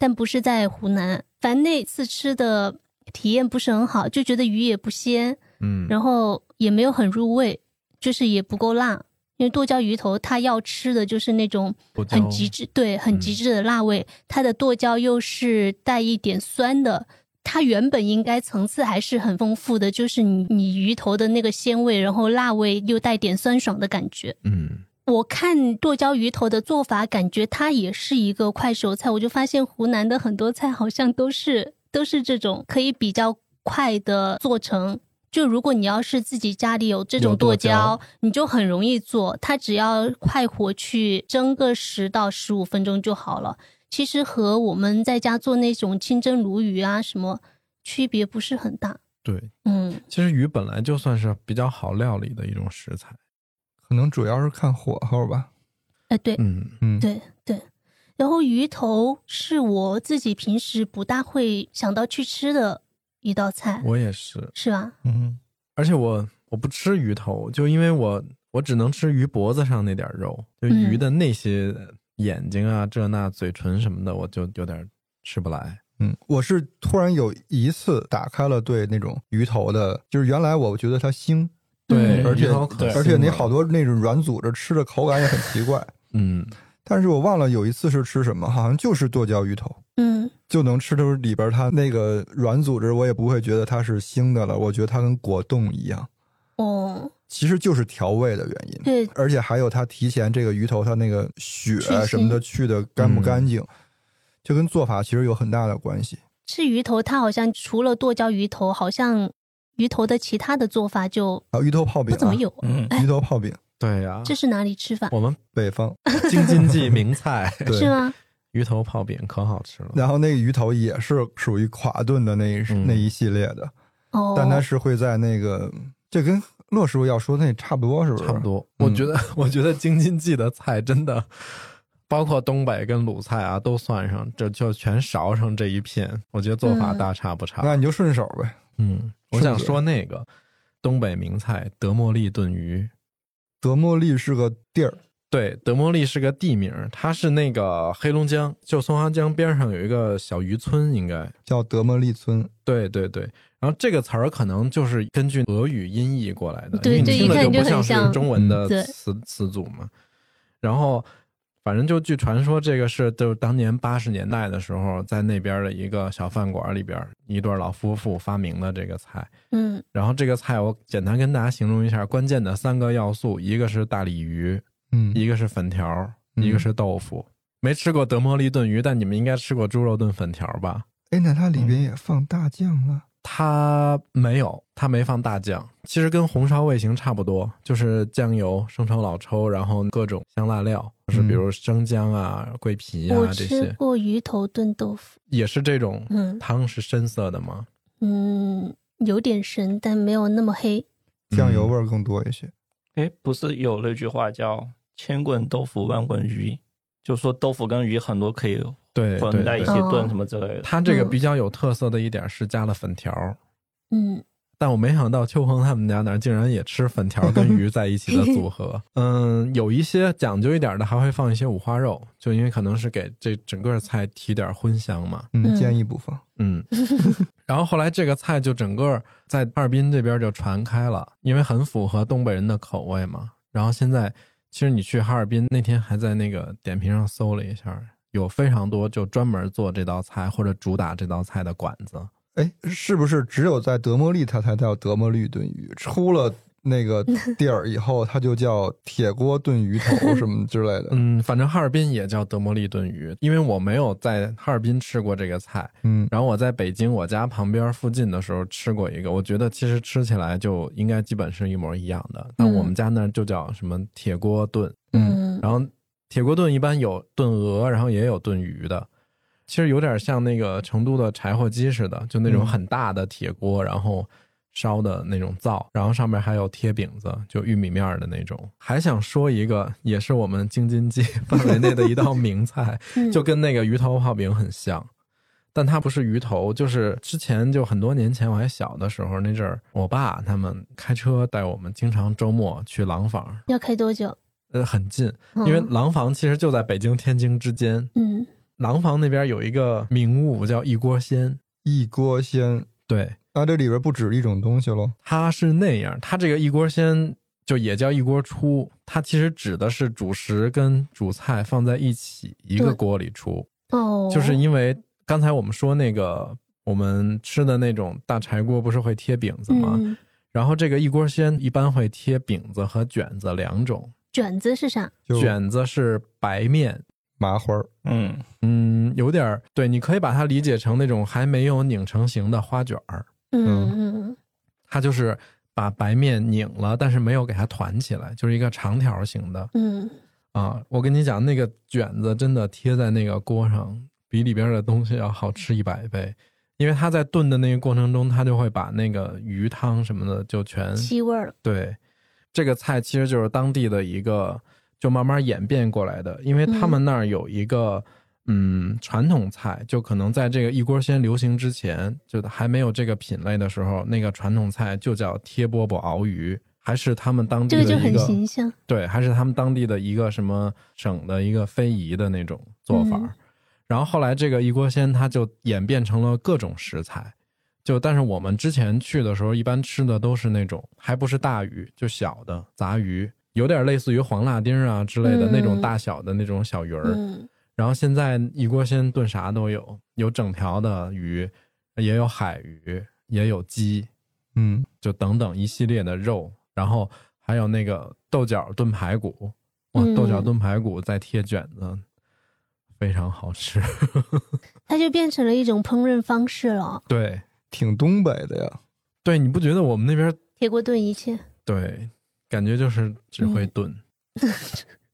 B: 但不是在湖南，反正那次吃的体验不是很好，就觉得鱼也不鲜，
C: 嗯，
B: 然后也没有很入味，就是也不够辣。因为剁椒鱼头它要吃的就是那种
C: 不嗯椒
B: 很极致，对，很极致的辣味。它的剁椒又是带一点酸的，它原本应该层次还是很丰富的，就是你你鱼头的那个鲜味，然后辣味又带点酸爽的感觉。
C: 嗯
B: 我看剁椒鱼头的做法，感觉它也是一个快手菜。我就发现湖南的很多菜好像都是都是这种可以比较快的做成。就如果你要是自己家里有这种
C: 有剁
B: 剁
C: 椒
B: 椒，你就很容易做，它只要快火去蒸个十到十五分钟就好了。其实和我们在家做那种清蒸鲈鱼啊什么区别不是很大。
C: 对，
B: 嗯，
C: 其实鱼本来就算是比较好料理的一种食材，
A: 可能主要是看火候吧。
B: 哎、对，
C: 嗯
A: 嗯，
B: 对对，然后鱼头是我自己平时不大会想到去吃的一道菜，
C: 我也是，
B: 是吧？
A: 嗯
C: 而且我我不吃鱼头，就因为我我只能吃鱼脖子上那点儿肉，就
B: 嗯
C: 鱼的那些眼睛啊、这那、嘴唇什么的，我就有点儿吃不来。
A: 嗯，我是突然有一次打开了对那种鱼头的，就是原来我觉得它腥，
C: 对，
B: 嗯
A: 而且
C: 鱼头可
D: 对
A: 而且
C: 腥
A: 你
C: 了
A: 好，多那种软组织吃的口感也很奇怪。
C: 嗯，
A: 但是我忘了有一次是吃什么，好像就是剁椒鱼头，
B: 嗯
A: 就能吃出里边它那个软组织，我也不会觉得它是腥的了，我觉得它跟果冻一样，
B: 哦，
A: 其实就是调味的原因。
B: 对，
A: 而且还有它提前这个鱼头它那个血
B: 嗯去腥
A: 什么的去的干不
C: 嗯
A: 干净，就跟做法其实有很大的关系。
B: 吃鱼头它好像除了剁椒鱼头，好像鱼头的其他的做法就
A: 啊，鱼头泡饼、
B: 不
A: 啊，
B: 怎么有。
D: 嗯
B: 哎
A: 鱼头泡饼，
C: 对呀、
B: 这是哪里吃法？
C: 我们
A: 北
B: *laughs*
A: 方
C: 京津冀名菜
A: 对
B: 是吗？
C: *laughs* 鱼头泡饼可好吃了。
A: 然后那个鱼头也是属于垮炖的那一、
C: 嗯
A: 那一系列的，
B: 哦，
A: 但它是会在那个这跟乐师傅要说的那差不多，是不是？
C: 差不。多，
A: 嗯
C: 我觉得， *laughs* 我觉得京津冀的菜真的，包括东北跟鲁菜啊，都算上，这就全勺上这一片。我觉得做法
B: 嗯
C: 大差不差。
A: 那你就顺手呗。
C: 嗯，我
A: 顺
C: 想
A: 嘴
C: 说那个，东北名菜德莫利炖鱼。
A: 德莫利是个地儿，
C: 对，德莫利是个地名，它是那个黑龙江，就松花江边上有一个小渔村，应该
A: 叫德莫利村。
C: 对对对。然后这个词儿可能就是根据俄语音译过来的，
B: 对
C: 因为
B: 对
C: 你
B: 一
C: 听了
B: 看
C: 就
B: 就
C: 不
B: 很
C: 是
B: 像
C: 中文的
B: 嗯对
C: 词词组嘛。然后，反正就据传说，这个是就是当年八十年代的时候，在那边的一个小饭馆里边，一对老夫妇发明的这个菜。
B: 嗯
C: 然后这个菜我简单跟大家形容一下关键的三个要素，一个是大鲤鱼，
A: 嗯，
C: 一个是粉条，
A: 嗯
C: 一个是豆腐。没吃过德莫利炖鱼，但你们应该吃过猪肉炖粉条吧？
A: 哎，那它
C: 嗯
A: 里边也放大酱了。
C: 它没有，它没放大酱，其实跟红烧味型差不多，就是酱油、生抽、老抽，然后各种香辣料，就是
A: 嗯
C: 比如生姜啊、桂皮啊
B: 我
C: 这
B: 吃
C: 些，
B: 过鱼头炖豆腐，
C: 也是这种。
B: 嗯
C: 汤是深色的吗？
B: 嗯，有点深，但没有那么黑。
A: 酱
C: 嗯
A: 油味儿更多一些。
D: 哎，不是有那句话叫“千滚豆腐，万滚鱼”，就说豆腐跟鱼很多可以
C: 对对
D: 混在一
C: 对
D: 起
B: 对
D: 炖什么之类的。
C: 它这个
B: 嗯
C: 比较有特色的一点是加了粉条，
B: 嗯，
C: 但我没想到秋恒他们家那儿竟然也吃粉条跟鱼在一起的组
B: *laughs*
C: 合。嗯，有一些讲究一点的还会放一些五花肉，就因为可能是给这整个菜提点荤香嘛。
A: 嗯，
B: 嗯
A: 建议不放。
C: 嗯，然后后来这个菜就整个在哈尔滨这边就传开了，因为很符合东北人的口味嘛。然后现在其实你去哈尔滨那天还在那个点评上搜了一下，有非常多就专门做这道菜或者主打这道菜的馆子。
A: 哎，是不是只有在德莫利它才叫德莫利炖鱼？出了那
B: *laughs*
A: 个地儿以后，它就叫铁锅炖鱼
B: *laughs*
A: 头什么之类的。
C: 嗯，反正哈尔滨也叫德莫利炖鱼，因为我没有在哈尔滨吃过这个菜。
A: 嗯，
C: 然后我在北京我家旁边附近的时候吃过一个，我觉得其实吃起来就应该基本是一模一样的。但我们家那儿就叫什么铁锅炖，
B: 嗯
C: 然后铁锅炖一般有炖鹅，然后也有炖鱼的，其实有点像那个成都的柴火鸡似的，就那种
A: 嗯
C: 很大的铁锅，然后烧的那种灶，然后上面还有贴饼子，就玉米面儿的那种。还想说一个，也是我们京津冀 *laughs* 范围内的一道名菜，
B: 嗯
C: 就跟那个鱼头泡饼很像。但它不是鱼头，就是之前就很多年前我还小的时候那阵儿，我爸他们开车带我们经常周末去廊坊，
B: 要开多久？
C: 呃，很近，因为
B: 嗯
C: 廊坊其实就在北京、天津之间。
B: 嗯
C: 廊坊那边有一个名物叫一锅鲜，
A: 一锅鲜。
C: 对，
A: 那这里边不止一种东西喽。
C: 它是那样。它这个一锅鲜就也叫一锅出，它其实指的是主食跟主菜放在一起一个
B: 对
C: 锅里出，
B: 哦，
C: 就是因为刚才我们说那个我们吃的那种大柴锅不是会贴饼子吗？
B: 嗯，
C: 然后这个一锅鲜一般会贴饼子和卷子两种，
B: 卷子是啥？
A: 就
C: 卷子是白面，
A: 麻花儿，
D: 嗯，
C: 嗯，有点儿对，你可以把它理解成那种还没有拧成型的花卷儿，
B: 嗯嗯
C: 它就是把白面拧了，但是没有给它团起来，就是一个长条形的
B: 嗯嗯，
C: 啊。我跟你讲，那个卷子真的贴在那个锅上，比里边的东西要好吃一百倍，因为它在炖的那个过程中，它就会把那个鱼汤什么的就全
B: 吸嗯味儿了。
C: 对，这个菜其实就是当地的一个，就慢慢演变过来的。因为他
B: 嗯
C: 们那儿有一个嗯传统菜，就可能在这个一锅鲜流行之前，就还没有这个品类的时候，那个传统菜就叫贴饽饽熬鱼，还是他们当
B: 这
C: 地
B: 个
C: 的嗯一
B: 就
C: 个
B: 很形象，
C: 对，还是他们当地的一个什么省的一个非遗的那种做法儿。
B: 嗯
C: 然后后来这个一锅鲜，它就演变成了各种食材。就但是我们之前去的时候，一般吃的都是那种还不是大鱼，就小的杂鱼，有点类似于黄辣丁儿啊之类的、那种
B: 嗯
C: 大小的那种小鱼儿。
B: 嗯
C: 然后现在一锅鲜炖啥都有，有整条的鱼，也有海鱼，也有鸡，
A: 嗯，
C: 就等等一系列的肉，然后还有那个豆角炖排骨，哇，
B: 嗯
C: 豆角炖排骨再贴卷子，非常好吃。 *laughs*
B: 它就变成了一种烹饪方式了，
C: 对，
A: 挺东北的呀。
C: 对，你不觉得我们那边
B: 铁锅炖一切，
C: 对，感觉就是只
B: 嗯
C: 会炖？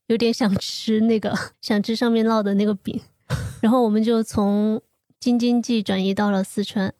B: 有点想吃那个，想吃上面烙的那个饼， *laughs* 然后我们就从京津冀转移到了四川，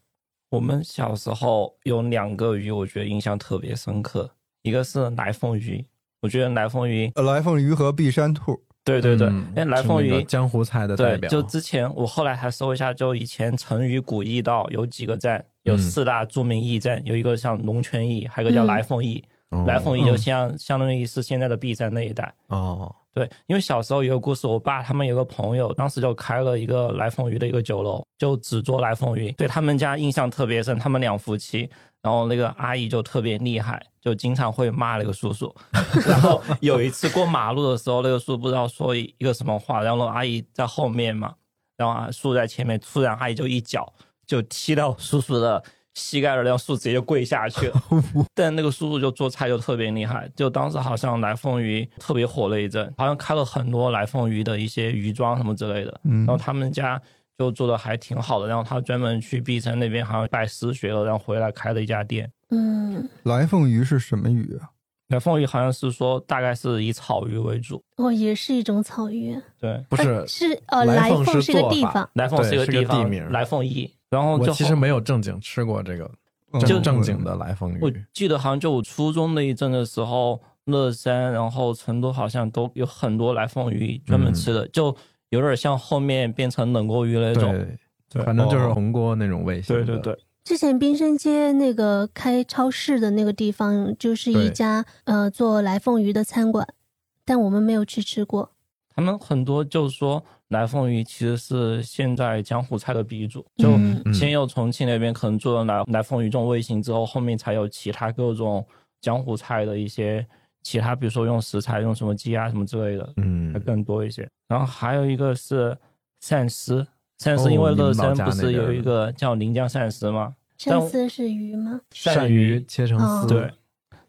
D: 我们小时候有两个鱼，我觉得印象特别深刻，一个是来凤鱼，我觉得来凤鱼
A: 呃来凤鱼和碧山兔，
D: 对对对，
C: 嗯
D: 哎，来
C: 是
D: 凤
C: 那个
D: 鱼
C: 江湖菜的代
D: 对，
C: 表，
D: 就之前我后来还搜一下，就以前成渝古驿道有几个站，有
C: 嗯
D: 四大著名驿站，有一个像龙泉驿，还有一个
B: 嗯
D: 叫来凤驿。
C: 哦
D: 来凤驿就相相当于是现在的 B 站那一带。
C: 哦，
D: 对，因为小时候有个故事，我爸他们有个朋友，当时就开了一个来凤鱼的一个酒楼，就只做来凤鱼。对他们家印象特别深，他们两夫妻，然后那个阿姨就特别厉害，就经常会骂那个叔叔。 *laughs* 然后有一次过马路的时候，那个叔叔不知道说一个什么话，然后阿姨在后面嘛，然后啊叔在前面，突然阿姨就一脚就踢到叔叔的膝盖了，然后叔直接就跪下去了。但那个叔叔就做菜就特别厉害，就当时好像来凤鱼特别火了一阵，好像开了很多来凤鱼的一些鱼庄什么之类的。
A: 嗯
D: 然后他们家就做的还挺好的，然后他专门去碧城那边好像拜师学了，然后回来开了一家店。
B: 嗯，
A: 来凤鱼是什么鱼啊？
D: 来凤鱼好像是说大概是以草鱼为主，
B: 哦，也是一种草原，
D: 对，
C: 不是
B: 呃，是呃，
C: 来
B: 来
C: 凤
B: 凤
C: 是
B: 是个
C: 做
B: 地
C: 法
B: 方，
D: 来凤
C: 对
D: 是一个
C: 是个
D: 地方，
C: 地名
D: 来凤驿。然后
C: 我
D: 就
C: 其
D: 后
C: 实没有正经吃过这个
A: 嗯
B: 嗯
D: 就
C: 正正经的来凤
D: 我
C: 鱼，
D: 记得好像就我初中那一阵的时候，乐山，然后成都好像都有很多来凤鱼专门吃的，就有点像后面变成冷锅鱼那种。
C: 对，
D: 对
C: 反正就是
A: 哦
C: 红锅那种味型
D: 对
C: 的。
D: 对对，
B: 之前滨生街那个开超市的那个地方，就是一
C: 对
B: 家呃做来凤鱼的餐馆，但我们没有去吃过。
D: 他们很多就说来凤鱼其实是现在江湖菜的鼻祖，就
B: 嗯
D: 先有重庆那边可能做了来来凤鱼这种味型之后，后面才有其他各种江湖菜的一些其他，比如说用食材用什么鸡啊什么之类的，还
C: 嗯，
D: 更多一些。然后还有一个是膳食，膳食
C: 哦
D: 因为乐
C: 你们老
D: 山
C: 家
D: 不是
C: 那边
D: 有一个叫临江膳食吗？但
B: 鳝
D: 我
B: 丝是鱼吗？
C: 鳝鱼切成
B: 哦
C: 丝，
D: 对，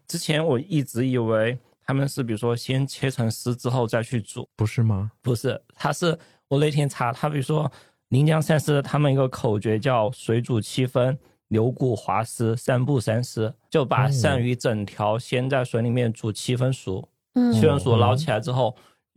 D: 之前我一直以为他们是比如说先切成丝之后再去煮，
C: 不是吗？
D: 不是，他是我那天查，他比如说临江膳食他们一个口诀叫水煮七分。牛骨滑丝，三不三丝，就把鳝鱼整条先在水里面煮七分熟，
B: 嗯
D: 七分熟捞起来之后，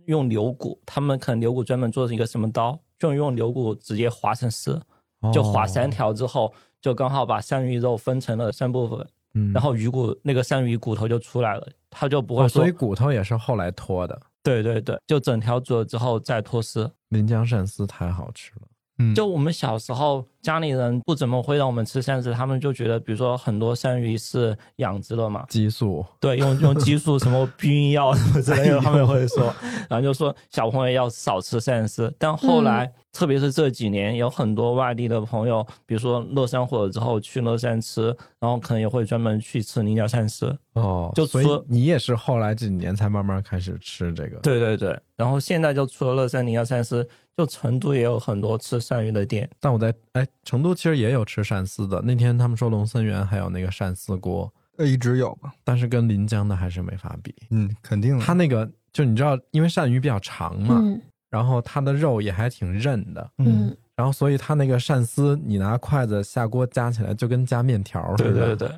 D: 用牛
C: 哦
D: 骨，他们可能牛骨专门做成一个什么刀，就用牛骨直接划成丝，
C: 哦
D: 就划三条之后，就刚好把鳝鱼肉分成了三部分，
C: 嗯，
D: 然后鱼骨那个鳝鱼骨头就出来了，它就不
C: 哦
D: 会说
C: 所以，骨头也是后来脱的。
D: 对对对，就整条煮了之后再脱丝。
C: 临江鳝丝太好吃了，
A: 嗯，
D: 就我们小时候家里人不怎么会让我们吃鳝丝，他们就觉得，比如说很多鳝鱼是养殖的嘛，
C: 激素
D: 对，用用激素什么避孕药什么
C: *laughs*
D: 之类的，他们会说，然后就说小朋友要少吃膳食。但后来，特别是这几年，有很多外地的朋友，比如说乐山火了之后去乐山吃，然后可能也会专门去吃宁家膳食。
C: 哦，
D: 就
C: 所
D: 说
C: 以你也是后来这几年才慢慢开始吃这个。
D: 对对对，然后现在就除了乐山宁家膳食，就成都也有很多吃鳝鱼的店。
C: 但我在哎，成都其实也有吃鳝丝的。那天他们说龙森园还有那个鳝丝锅，
A: 呃一直有吧？
C: 但是跟临江的还是没法比。
A: 嗯，肯定的
C: 它那个就你知道，因为鳝鱼比较长嘛，
B: 嗯
C: 然后它的肉也还挺韧的，
B: 嗯，
C: 然后所以它那个鳝丝，你拿筷子下锅夹起来就跟夹面条似
D: 对
C: 的，
D: 对对，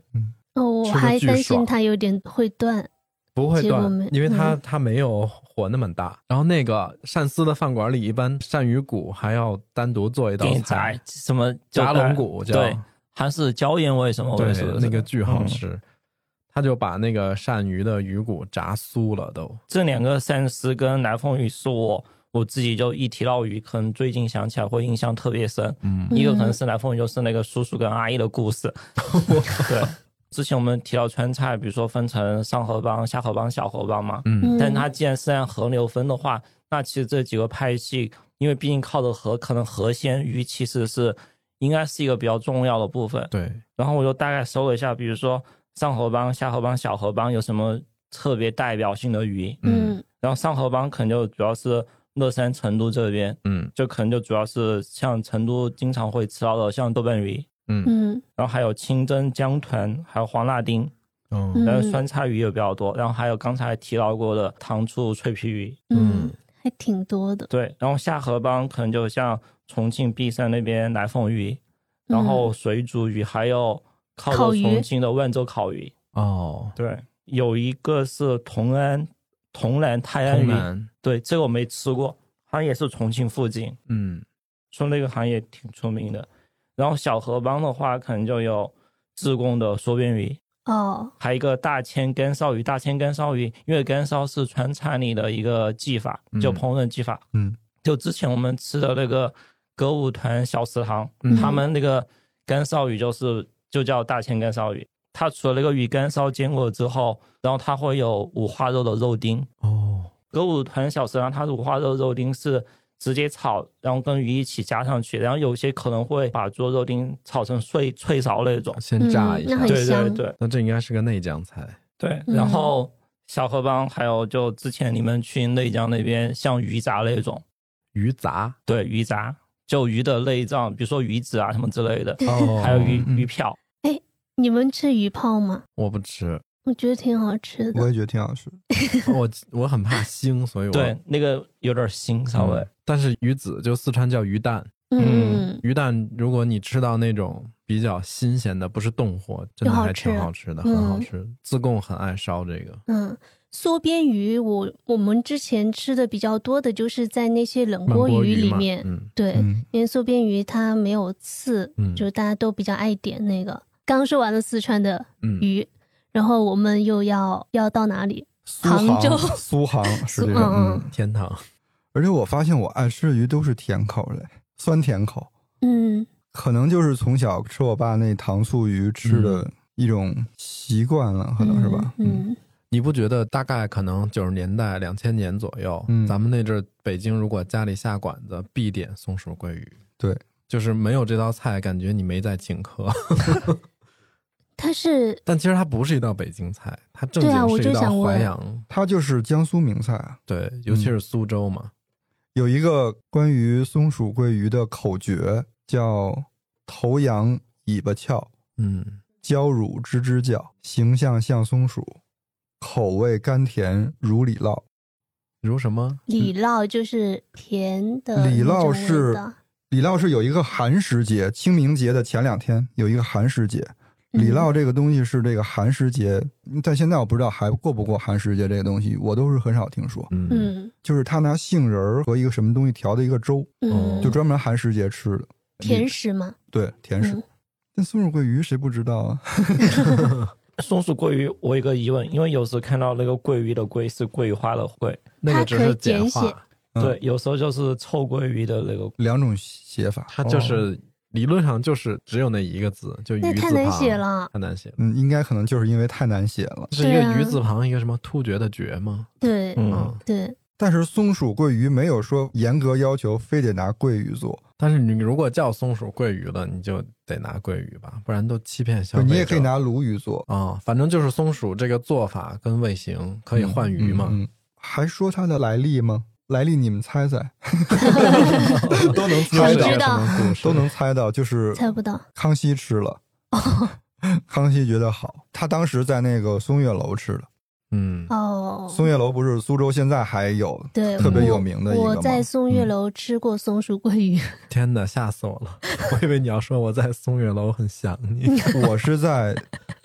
B: 哦，我
C: 吃得
B: 还
C: 巨
B: 担心
C: 爽
B: 它有点会断。
C: 不会
B: 结果
C: 断
B: 没，
C: 因为它、
B: 嗯
C: 它没有火那么大。然后那个鳝丝的饭馆里，一般鳝鱼骨还要单独做一道
D: 店
C: 菜
D: 炸，什么就
C: 炸
D: 在
C: 龙，骨叫，
D: 对还是椒盐味什么味
C: 对
D: 是不是嗯
C: 那个巨好吃。他就把那个鳝鱼的鱼骨炸酥了都，
D: 这两个鳝丝跟南风鱼是我我自己就一提到鱼，可能最近想起来会印象特别深。
C: 嗯
D: 一个可能是南风鱼，就是那个叔叔跟阿姨的故事。对，之前我们提到川菜，比如说分成上河帮、下河帮、小河帮嘛，
C: 嗯，
D: 但它既然是按河流分的话，那其实这几个派系，因为毕竟靠着河，可能河鲜鱼其实是应该是一个比较重要的部分。
C: 对，
D: 然后我就大概搜了一下，比如说上河帮、下河帮、小河帮有什么特别代表性的鱼，
B: 嗯
D: 然后上河帮可能就主要是乐山、成都这边，
C: 嗯
D: 就可能就主要是像成都经常会吃到的，像豆瓣鱼，
C: 嗯
B: 嗯
D: 然后还有清蒸江豚，还有黄辣丁，
C: 嗯
B: 嗯
D: 然后酸菜鱼也比较多，然后还有刚才提到过的糖醋脆皮鱼，
B: 嗯，还挺多的。
D: 对，然后下河帮可能就像重庆璧山那边来凤鱼，然后水煮鱼，还有靠
B: 嗯烤
D: 着
B: 鱼
D: 重庆的万州烤鱼，
C: 哦，
D: 对，有一个是同安同兰泰安
C: 潼
D: 鱼，
C: 南，
D: 对，这个我没吃过，好像也是重庆附近，
C: 嗯
D: 说那个行业挺出名的。然后小河帮的话，可能就有自贡的梭边鱼，
B: 哦，
D: 还有一个大千干烧鱼，大千干烧鱼，因为干烧是川菜里的一个技法，就
C: 嗯
D: 烹饪技法。
A: 嗯，
D: 就之前我们吃的那个歌舞团小食堂，
C: 嗯
D: 他们那个干烧鱼就是就叫大千干烧鱼。它除了那个鱼干烧煎过之后，然后它会有五花肉的肉丁。
C: 哦，
D: 歌舞团小食堂它的五花肉肉丁是直接炒，然后跟鱼一起加上去，然后有些可能会把猪肉丁炒成碎脆勺那种。
C: 先炸
B: 嗯
C: 一
B: 那
C: 下，
B: 很
D: 对对
B: 香
D: 对，
C: 那这应该是个内江菜。
D: 对，
B: 嗯
D: 然后小河帮还有就之前你们去内江那边，像鱼杂那种，
C: 鱼杂
D: 对鱼杂，就鱼的内脏，比如说鱼子啊什么之类的，
C: 哦
D: 还有鱼
A: 嗯
D: 鱼票。
B: 你们吃鱼泡吗？
C: 我不吃，
B: 我觉得挺好吃
A: 我
B: 的。
A: 也觉得挺好吃。
C: 我 *laughs* 我很怕腥，所以我
D: 对，那个有点腥，稍微
C: 嗯。但是鱼子就四川叫鱼蛋，
B: 嗯，
C: 鱼蛋如果你吃到那种比较新鲜的，不是冻货，
B: 就
C: 真的
B: 好
C: 还挺
B: 吃
C: 好吃的，
B: 嗯
C: 很好吃。自贡很爱烧这个，
B: 嗯，梭边鱼，我我们之前吃的比较多的就是在那些冷
C: 焖
B: 锅
C: 锅
B: 里
C: 嘛
B: 面，
C: 嗯，
B: 对，
A: 嗯，
B: 因为梭边鱼它没有刺，
C: 嗯
B: 就是大家都比较爱点那个。刚说完了四川的
C: 嗯
B: 鱼，然后我们又要要到哪里？
A: 苏
B: 杭
A: 杭
B: 州
A: 苏杭是
B: 苏
A: 这种。
B: 嗯
A: 嗯，
C: 天堂。
A: 而且我发现我爱吃的鱼都是甜口的，酸甜口，
B: 嗯
A: 可能就是从小吃我爸那糖醋鱼吃的一种习惯了，可能是吧？
B: 嗯，嗯
C: 你不觉得大概可能九十年代、两千年左右，
A: 嗯
C: 咱们那阵儿北京如果家里下馆子，必点松鼠桂鱼。
A: 对，
C: 就是没有这道菜，感觉你没在请客。 *laughs*
B: 它
A: 嗯
B: 是
C: 但其实它不是一道北京菜，它正
B: 对啊
C: 经
B: 我
C: 是
B: 就
C: 一道
B: 想
C: 淮
B: 问
C: 扬。
A: 它就是江苏名菜啊。
C: 对，尤其是苏州嘛，
A: 有一个关于松鼠桂鱼的口诀叫“头扬尾巴翘，
C: 嗯，
A: 娇乳吱吱叫，形象像松鼠，口味甘甜如里酪
C: 如什么？
B: 李酪，就是甜的
A: 李
B: 那
A: 酪
B: 种
A: 是
B: 味道
A: 李酪是有一个寒食节，清明节的前两天有一个寒食节。李
B: 嗯
A: 酪这个东西是这个寒食节，但现在我不知道还过不过寒食节这个东西，我都是很少听说。
C: 嗯
B: 嗯
A: 就是他拿杏仁儿和一个什么东西调的一个粥，
B: 嗯，
A: 哦就专门寒食节吃的，
B: 甜食嘛，
A: 对，甜食
B: 嗯。
A: 那松鼠桂鱼谁不知道啊？
D: 松鼠桂鱼，我有个疑问，因为有时候看到那个桂鱼的桂是桂花的桂，
C: 那个
B: 它
C: 只
B: 可以
C: 是简
B: 简写
C: 化，
A: 嗯
D: 对，有时候就是臭鳜鱼的那个。
A: 两种写法，
C: 它
A: 哦
C: 就是理论上就是只有那一个字，就鱼
B: 那
C: 字
B: 太难
C: 旁
B: 写了
C: 太难写了。
A: 嗯，应该可能就是因为太难写了。
C: 是一个
B: 对啊
C: 鱼字旁，一个什么突厥的厥吗？
B: 对、
D: 嗯，
B: 对，
A: 但是松鼠桂鱼没有说严格要求非得拿桂鱼做，
C: 但是你如果叫松鼠桂鱼了，你就得拿桂鱼吧，不然都欺骗消
A: 就
C: 费者。
A: 你也可以拿鲈鱼做，
C: 啊、反正就是松鼠这个做法跟味型可以换鱼嘛。
A: 嗯嗯还说它的来历吗？来历你们猜猜，都能
C: 它
A: 猜
C: 是
B: 知
A: 到
C: 一个
B: 道。
C: 什么故事
A: 都能猜到，就是
B: 猜不到。
A: 康熙吃
C: *laughs*
A: 了，康熙觉得好，他当时在那个松月楼吃的。
C: 嗯
B: 哦，
A: 松月楼不是苏州现在还有，
B: 对，
A: 特别
B: 我
A: 有名的一个
B: 我
A: 嘛
B: 在松月
A: 嗯
B: 楼吃过松鼠桂鱼，
C: 天哪，吓死我了！ *laughs* 我以为你要说我在松月楼很想你，
A: 我是在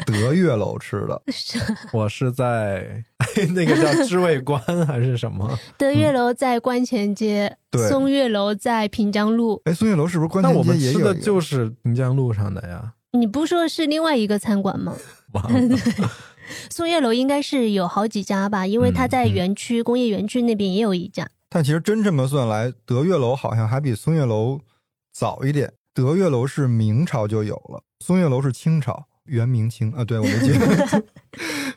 A: 德月楼吃
C: *laughs*
A: 的，
B: 是 *laughs*
C: 我是在、 *laughs* 哎、那个叫知味观还是什么？
B: 德月楼在观前街，
A: 嗯对
B: 松月楼在平江路。
A: 哎，松月楼是不是 *laughs* 关
C: 那我
A: 前街
C: 们
A: 也
C: 吃
A: 有
C: 的
A: 一个
C: 就是平江路上
A: *laughs*
C: 的呀。
B: 你不说是另外一个餐馆吗？
C: 哇，嗯
B: 松月楼应该是有好几家吧，因为它
C: 嗯
B: 在园区、工业园区那边也有一家。
A: 但其实真这么算来，德月楼好像还比松月楼早一点。德月楼是明朝就有了，松月楼是清朝，元明清啊。对，我没记
C: *laughs*
A: 错。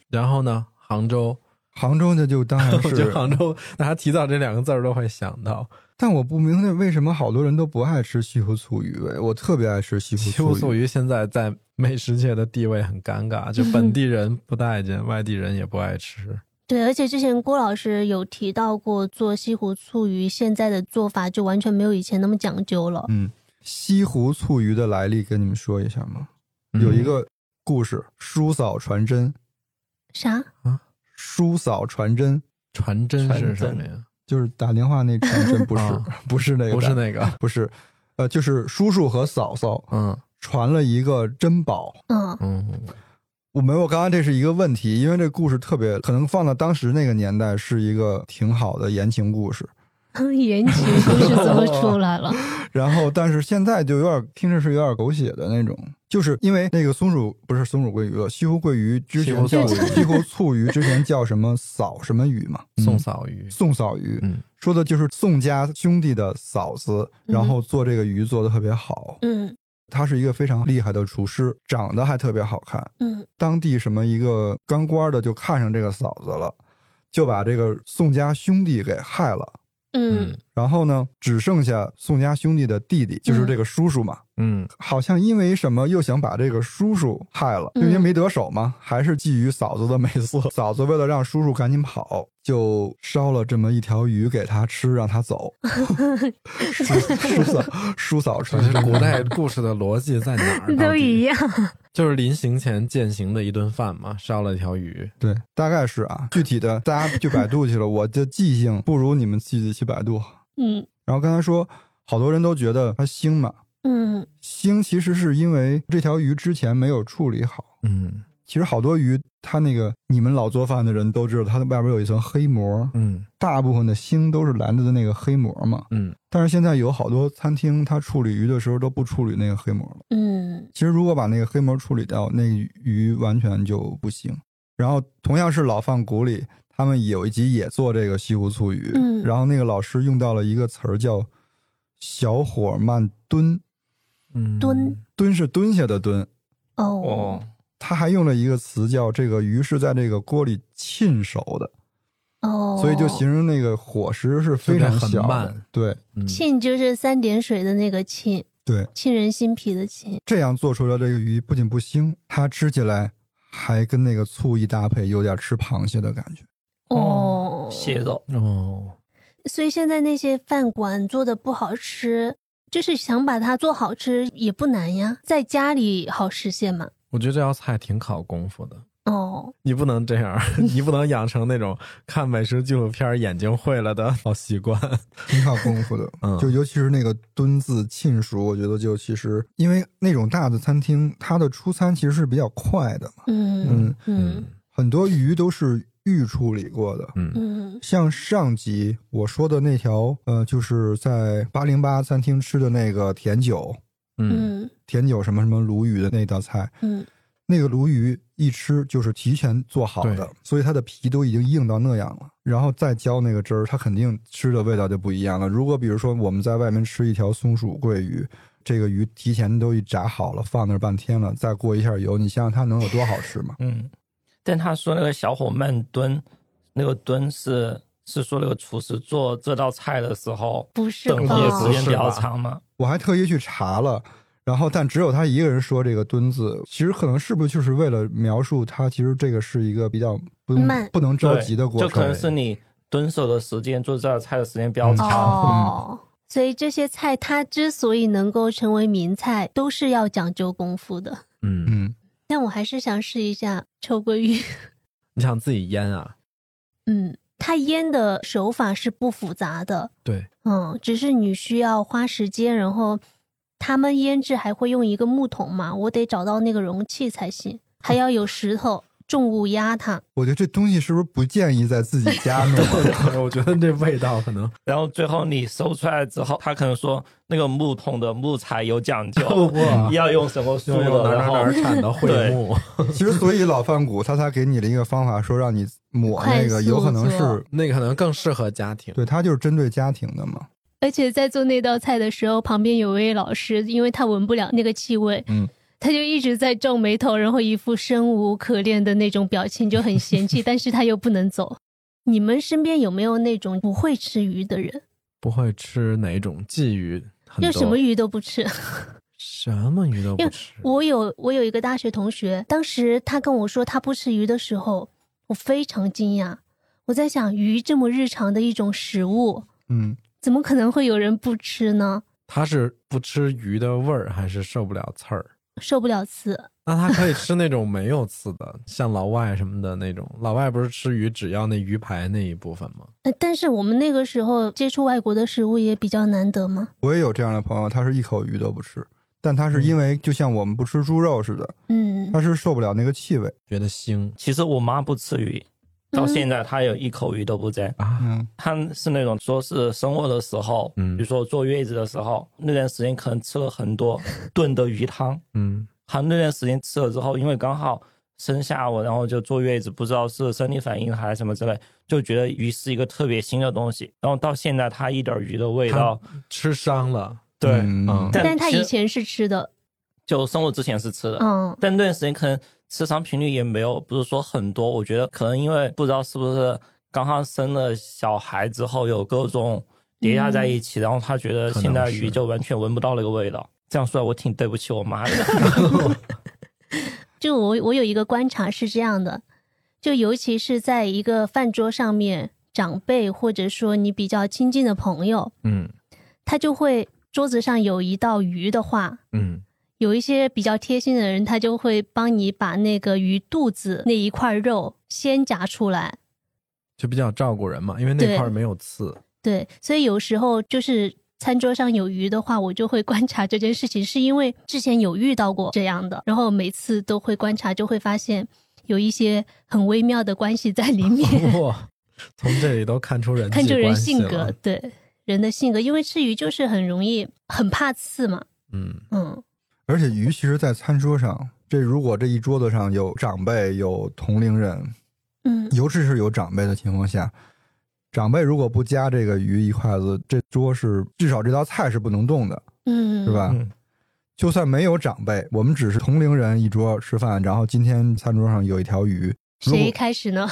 C: 然后呢，
A: *laughs*
C: 杭州，
A: 杭州那就当然
C: *laughs* 我觉得
A: 是，
C: 杭州，大家提到这两个字儿都会想到
A: 但我不明白为什么好多人都不爱吃西湖醋鱼。哎我特别爱吃西
C: 西
A: 湖
C: 湖
A: 醋
C: 醋
A: 鱼。
C: 鱼现在在美食界的地位很尴尬，就本地人不待见，外地人也不爱吃。
B: 对，而且之前郭老师有提到过，做西湖醋鱼现在的做法就完全没有以前那么讲究了。
A: 嗯，西湖醋鱼的来历跟你们说一下吗？
C: 嗯
A: 有一个故事，叔嫂传真，
B: 啥？
A: 叔嫂传真
C: 传真是
D: 传真
C: 什么呀？
A: 就是打电话那传
C: *laughs*
A: 真，不是，
C: 啊
A: 不是那个，
C: 不是
A: *laughs*
C: 那个，
A: 不是，呃，就是叔叔和嫂嫂
C: 嗯
A: 传了一个珍宝。
B: 嗯 *laughs*
C: 嗯
A: 我没有，我刚刚这是一个问题，因为这故事特别可能放到当时那个年代是一个挺好的言情故事，
B: 言情故事怎么出来了？
A: 然后但是现在就有点听着是有点狗血的那种，就是因为那个松鼠不是松鼠桂鱼了，西湖桂鱼之前
C: 西
A: 叫
C: 湖醋鱼
A: 西湖醋鱼之前叫什么嫂什么鱼
C: *laughs*
A: 嘛，
C: 宋嫂鱼，
A: 宋嫂鱼，
C: 嗯
A: 说的就是宋家兄弟的嫂子，
B: 嗯
A: 然后做这个鱼做的特别好，
B: 嗯
A: 他是一个非常厉害的厨师，长得还特别好看，
B: 嗯
A: 当地什么一个当官的就看上这个嫂子了，就把这个宋家兄弟给害了。
B: 嗯
A: 然后呢，只剩下宋家兄弟的弟弟，就是这个叔叔嘛。 *laughs*
C: 嗯
A: 好像因为什么又想把这个叔叔害了，
B: 嗯
A: 因为没得手嘛，还是觊觎嫂子的美色。嫂子为了让叔叔赶紧跑，就烧了这么一条鱼给他吃，让他走。 *laughs* 叔叔嫂叔嫂
C: 就
A: 出去
C: 是古代故事的逻辑在哪
B: *laughs*
C: 儿？
B: 都一
C: 样，
B: 样。
C: 就是临行前践行的一顿饭嘛，烧了一条鱼。
A: 对，大概是啊，具体的大家去百度去了，我的记性不如你们自己去百度。
B: 嗯
A: 然后刚才说，好多人都觉得它腥嘛，
B: 嗯
A: 腥其实是因为这条鱼之前没有处理好。
C: 嗯
A: 其实好多鱼，它那个你们老做饭的人都知道，它的外边有一层黑膜，
C: 嗯
A: 大部分的腥都是来自的那个黑膜嘛。
C: 嗯，
A: 但是现在有好多餐厅，它处理鱼的时候都不处理那个黑膜了。
B: 嗯
A: 其实如果把那个黑膜处理掉，那个鱼完全就不行。然后同样是老饭骨里，他们有一集也做这个西湖醋鱼，
B: 嗯
A: 然后那个老师用到了一个词儿叫“小火慢炖
C: 嗯
B: 蹲”，
A: 蹲是蹲下的蹲。
B: 哦
D: 哦，
A: 他还用了一个词叫“这个鱼是在这个锅里浸熟的”，
B: 哦，
A: 嗯所以就形容那个火时是非常
C: 就
A: 小
C: 很
A: 的
C: 慢。
A: 对
C: 嗯
B: 沁就是三点水的那个沁，
A: 对，
B: 沁人心脾的沁。
A: 这样做出来这个鱼不仅不腥，它吃起来还跟那个醋一搭配，有点吃螃蟹的感觉。
B: 哦，
D: 蟹肉，
C: 哦，
B: 所以现在那些饭馆做的不好吃，就是想把它做好吃也不难呀，在家里好实现嘛。
C: 我觉得这道菜挺考功夫的。
B: 哦，
C: 你不能这样， *laughs* 你不能养成那种看美食纪录片儿眼睛会了的好习惯。
A: 挺靠功夫的
C: 嗯，
A: 就尤其是那个蹲字浸熟，我觉得就其实因为那种大的餐厅，它的出餐其实是比较快的嘛，
B: 嗯
A: 嗯
B: 嗯
A: 很多鱼都是预处理过的。
C: 嗯
B: 嗯
A: 像上集我说的那条，呃，就是在八零八餐厅吃的那个甜酒，
C: 嗯
B: 嗯
A: 甜酒什么什么鲈鱼的那道菜，
B: 嗯
A: 那个鲈鱼一吃就是提前做好的
C: 对，
A: 所以它的皮都已经硬到那样了，然后再浇那个汁儿，它肯定吃的味道就不一样了。如果比如说我们在外面吃一条松鼠桂鱼，这个鱼提前都一炸好了，放那儿半天了，再过一下油，你想想它能有多好吃吗？
D: 嗯，但他说那个小火慢炖，那个炖是是说那个厨师做这道菜的时候，
B: 不是哦
D: 等
B: 吧
D: 候
C: 也
D: 时
C: 不
D: 间
C: 是
D: 比较
C: 吧
D: 长嘛，
A: 我还特意去查了。然后，但只有他一个人说这个“蹲”字，其实可能是不是就是为了描述它？其实这个是一个比较不
B: 慢
A: 能不能着
D: 对
A: 急的过
D: 就
A: 程，
D: 可能是你蹲守的时间，做这道菜的时间比
C: 嗯
D: 较长。
B: 哦。所以这些菜它之所以能够成为名菜，都是要讲究功夫的。
C: 嗯，
A: 嗯，
B: 但我还是想试一下臭鳜鱼。
C: 你想自己腌啊？
B: 嗯，它腌的手法是不复杂的， *laughs*
C: 对，
B: 嗯，只是你需要花时间，然后他们腌制还会用一个木桶嘛，我得找到那个容器才行，还要有石头，重物压它。
A: 我觉得这东西是不是不建议在自己家弄？啊
C: 我觉得这味道可能
D: 然后最后你搜出来之后，他可能说那个木桶的木材有讲究，
C: *laughs*
D: 要用什么树
C: 就用
D: 的，
C: 哪儿哪
D: 然
C: 儿
D: 后
C: 哪儿产的桧木，
A: *laughs* 其实，所以老饭骨他才给你了一个方法，说让你抹那
B: 快
A: 个，
B: 速
A: 有可能
B: 做
A: 是
C: *laughs* 那可能更适合家庭。
A: 对，他就是针对家庭的嘛。
B: 而且在做那道菜的时候，旁边有位老师，因为他闻不了那个气味，
A: 嗯，
B: 他就一直在皱眉头，然后一副生无可恋的那种表情，就很嫌
C: *laughs*
B: 弃，但是他又不能走。你们身边有没有那种不会吃鱼的人，
C: 不会吃哪种鲫鱼，很
B: 就
C: 多
B: 什么鱼都不吃？
C: 什么鱼
B: 因
C: 都不
B: 为
D: 嗯
C: 吃。
B: 我有我有一个大学同学，当时他跟我说他不吃鱼的时候，我非常惊讶。我在想，鱼这么日常的一种食物，
A: 嗯，
B: 怎么可能会有人不吃呢？
C: 他是不吃鱼的味儿，还是受不了刺儿？
B: 受不了刺，
C: 那他可以吃那种没有刺的， *laughs* 像老外什么的那种。老外不是吃鱼只要那鱼排那一部分吗？
B: 呃但是我们那个时候接触外国的食物也比较难得嘛。
A: 我也有这样的朋友，他是一口鱼都不吃，但他
D: 嗯
A: 是因为就像我们不吃猪肉似的，
B: 嗯
A: 他是受不了那个气味。
C: 觉得腥
D: 其实我妈不吃鱼，到现在她有一口鱼都不沾。
C: 啊，
A: 嗯，
D: 她是那种说是生活的时候，
C: 嗯
D: 比如说坐月子的时候，那段时间可能吃了很多炖的鱼汤，
C: 嗯，
D: 好像那段时间吃了之后，因为刚好生下我，然后就坐月子，不知道是生理反应还是什么之类，就觉得鱼是一个特别新的东西。然后到现在，它一点鱼的味道，
C: 嗯吃伤了，
D: 对，
A: 嗯
D: 但
B: 但他
D: 其
B: 以
D: 实
B: 前是吃的，
D: 就生我之前是吃的，
B: 嗯，
D: 但那段时间可能吃伤频率也没有，不是说很多。我觉得可能因为不知道是不是刚刚生了小孩之后有各种叠加在一起，然后他觉得现在鱼就完全闻不到那个味道。这样说来，我挺对不起我妈的。 *laughs*
B: 就我我有一个观察是这样的，就尤其是在一个饭桌上面，长辈或者说你比较亲近的朋友，
C: 嗯
B: 他就会桌子上有一道鱼的话，
C: 嗯
B: 有一些比较贴心的人，他就会帮你把那个鱼肚子那一块肉先夹出来。
C: 就比较照顾人嘛，因为那
B: 对
C: 块儿没有
B: *laughs*
C: 刺，
B: 对，所以有时候就是餐桌上有鱼的话，我就会观察这件事情，是因为之前有遇到过这样的，然后每次都会观察，就会发现有一些很微妙的关系在里
C: *laughs*
B: 面，
C: 哇，从这里都看出人际
B: 看出人
C: 关系
B: 性
C: 了
B: 格，，对人的性格，因为吃鱼就是很容易很怕刺嘛，
C: 嗯，
B: 嗯，
A: 而且鱼其实，在餐桌上，这如果这一桌子上有长辈、有同龄人，
B: 嗯，
A: 尤其是有长辈的情况下，长辈如果不夹这个鱼一筷子，这桌是至少这道菜是不能动的，
B: 嗯，
A: 是？吧？
D: 嗯
A: 就算没有长辈，我们只是同龄人一桌吃饭，然后今天餐桌上有一条鱼，如
B: 谁
A: 果
B: 开始呢？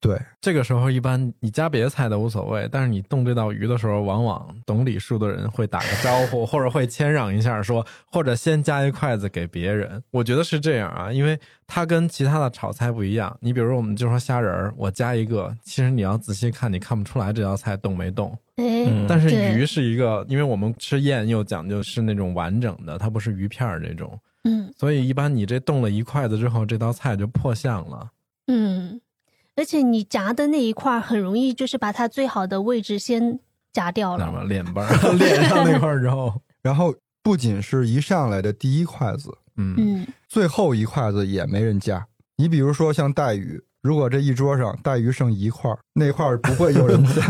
A: 对，
C: 这个时候一般你加别的菜都无所谓，但是你动这道鱼的时候，往往懂礼数的人会打个招呼，或者会谦让一下说，或者先夹一筷子给别人。我觉得是这样啊，因为它跟其他的炒菜不一样。你比如我们就说虾仁儿，我加一个，其实你要仔细看，你看不出来这道菜动没动。
B: 哎，
D: 嗯
C: 但是
B: 对
C: 鱼是一个，因为我们吃燕又讲究是那种完整的，它不是鱼片儿这种，
B: 嗯
C: 所以一般你这动了一筷子之后，这道菜就破相了。
B: 嗯，而且你夹的那一块儿很容易就是把它最好的位置先夹掉
C: 那
B: 了。
C: 么脸巴儿 *laughs* 脸上那块肉，
A: 然后不仅是一上来的第一筷子，
C: 嗯
B: 嗯
A: 最后一筷子也没人夹。你比如说像带鱼，如果这一桌上带鱼剩一块儿，那块儿不会有人夹。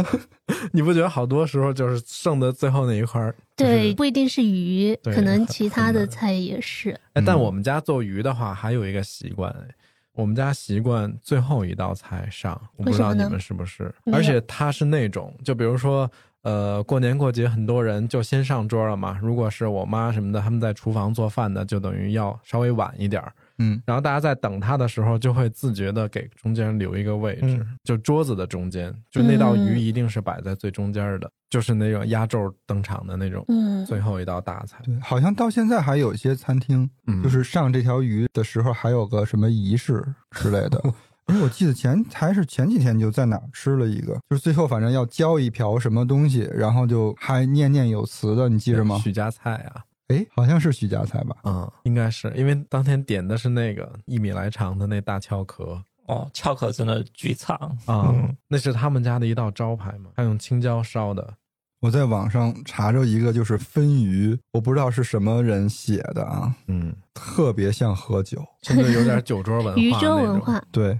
A: *laughs*
C: *laughs* 你不觉得好多时候就是剩的最后那一块儿？就是
B: 对，不一定是鱼，
C: 对
B: 可能
C: 很
B: 其
C: 很
B: 他的
C: 难
B: 菜也是。
C: 哎，但
A: 嗯
C: 我们家做鱼的话，还有一个习惯，哎我们家习惯最后一道菜上，我不
B: 为
C: 知
B: 什么
C: 道你
B: 呢
C: 们是不是，
B: 没有
C: 而且它是那种，就比如说。呃，过年过节很多人就先上桌了嘛。如果是我妈什么的，他们在厨房做饭的，就等于要稍微晚一点儿。
A: 嗯，
C: 然后大家在等它的时候，就会自觉的给中间留一个位置，
D: 嗯
C: 就桌子的中间，就那道鱼
B: 嗯
C: 一定是摆在最中间儿的，就是那种压轴登场的那种。
B: 嗯，
C: 最后一道大菜，
A: 对，好像到现在还有一些餐厅，
C: 嗯
A: 就是上这条鱼的时候还有个什么仪式之类的。因为我记得前还是前几天就在哪儿吃了一个，就是最后反正要浇一瓢什么东西，然后就还念念有词的，你记着吗？
C: 许家菜啊，
A: 哎，好像是徐家菜吧？
C: 嗯，应该是因为当天点的是那个一米来长的那大壳壳
D: 哦，壳壳真的巨长，
C: 啊、
D: 嗯
C: 那是他们家的一道招牌嘛，他用青椒烧的，
A: 我在网上查着一个，就是分鱼，我不知道是什么人写的啊，
C: 嗯，
A: 特别像喝酒。
C: *laughs* 甚至有点酒桌文
B: *laughs*
C: 化，
B: 鱼桌文，化，
A: 对，